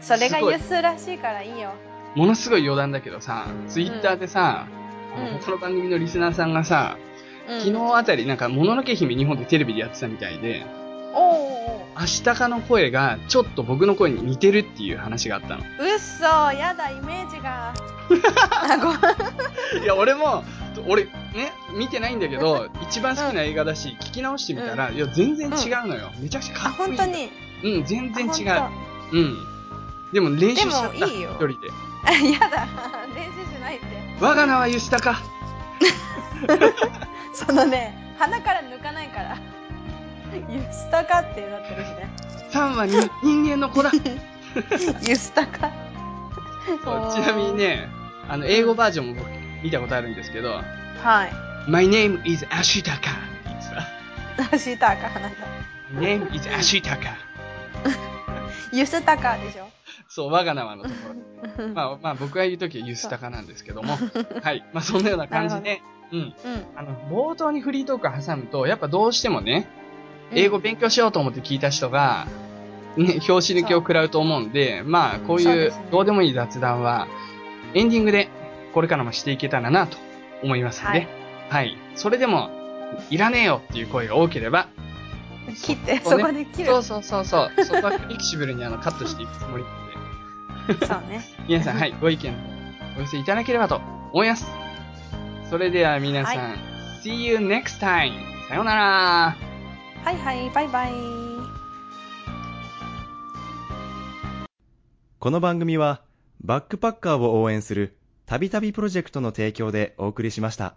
Speaker 2: それが
Speaker 1: すごい
Speaker 2: ユースーらしいからいいよ
Speaker 1: ものすごい余談だけどさ、ツイッターでさ、
Speaker 2: うん
Speaker 1: あの他の番組のリスナーさんがさ、
Speaker 2: うん
Speaker 1: 昨日あたりなんか、もののけ姫日本でテレビでやってたみたいで、
Speaker 2: おうおう
Speaker 1: 明日かの声がちょっと僕の声に似てるっていう話があったの。
Speaker 2: おうっそやだイメージがあご
Speaker 1: いや、俺も、俺、ね、見てないんだけど、一番好きな映画だし、聞き直してみたら、いや、全然違うのよ。めちゃくちゃか
Speaker 2: あ
Speaker 1: っこ
Speaker 2: 本
Speaker 1: いいんだ
Speaker 2: 当
Speaker 1: よ。
Speaker 2: に
Speaker 1: うん、全然違
Speaker 2: あ
Speaker 1: う。うん。でも練習しちゃっ
Speaker 2: で
Speaker 1: た。
Speaker 2: もいいよ
Speaker 1: 一人で。
Speaker 2: 本当 <laughs> やだ練習しないって
Speaker 1: 我が名はユシタカ。
Speaker 2: そのね、鼻から抜かないから。ユスタカってなってるし
Speaker 1: 3はに人間
Speaker 2: <laughs>
Speaker 1: の子だ。そう
Speaker 2: ね。 <laughs> ユスタカ。
Speaker 1: ちなみに。ね、あの、英語バージョンも僕見たことあるんですけど、
Speaker 2: はい。
Speaker 1: My name is アシュタカって言ってた。
Speaker 2: シタカなんだ。
Speaker 1: My name is アシュタカ。
Speaker 2: ユスタカでしょ。
Speaker 1: そう、我が名はのところ。まあ、まあ僕が言うときはユスタカなんですけど
Speaker 2: <laughs>
Speaker 1: も、はい。まあそんなような感じで、うん。
Speaker 2: うん。
Speaker 1: あの、冒頭にフリートークを挟むと、やっぱどうしてもね、英語勉強しようと思って聞いた人が、ね、表紙抜きを食らうと思うんで、まあ、こう
Speaker 2: そう
Speaker 1: い
Speaker 2: で
Speaker 1: う
Speaker 2: すね
Speaker 1: どうでもいい雑談は、エンディングでこれからもしていけたらなと思いますんで、
Speaker 2: はい
Speaker 1: はい。それでも、いらねえよっていう声が多ければ、
Speaker 2: うん切って、
Speaker 1: そ
Speaker 2: そう
Speaker 1: ね
Speaker 2: こで切る
Speaker 1: そ。うそうそう
Speaker 2: <laughs>
Speaker 1: そう、そこはフレキシブルにあのカットしていくつもりなんで、
Speaker 2: そうね。
Speaker 1: 皆さん、はい、ご意見お寄せいただければと思います。それでは皆さん、See you next time! さようなら
Speaker 2: はいはい、バイバイ。
Speaker 5: この番組は、バックパッカーを応援する、たびたびプロジェクトの提供でお送りしました。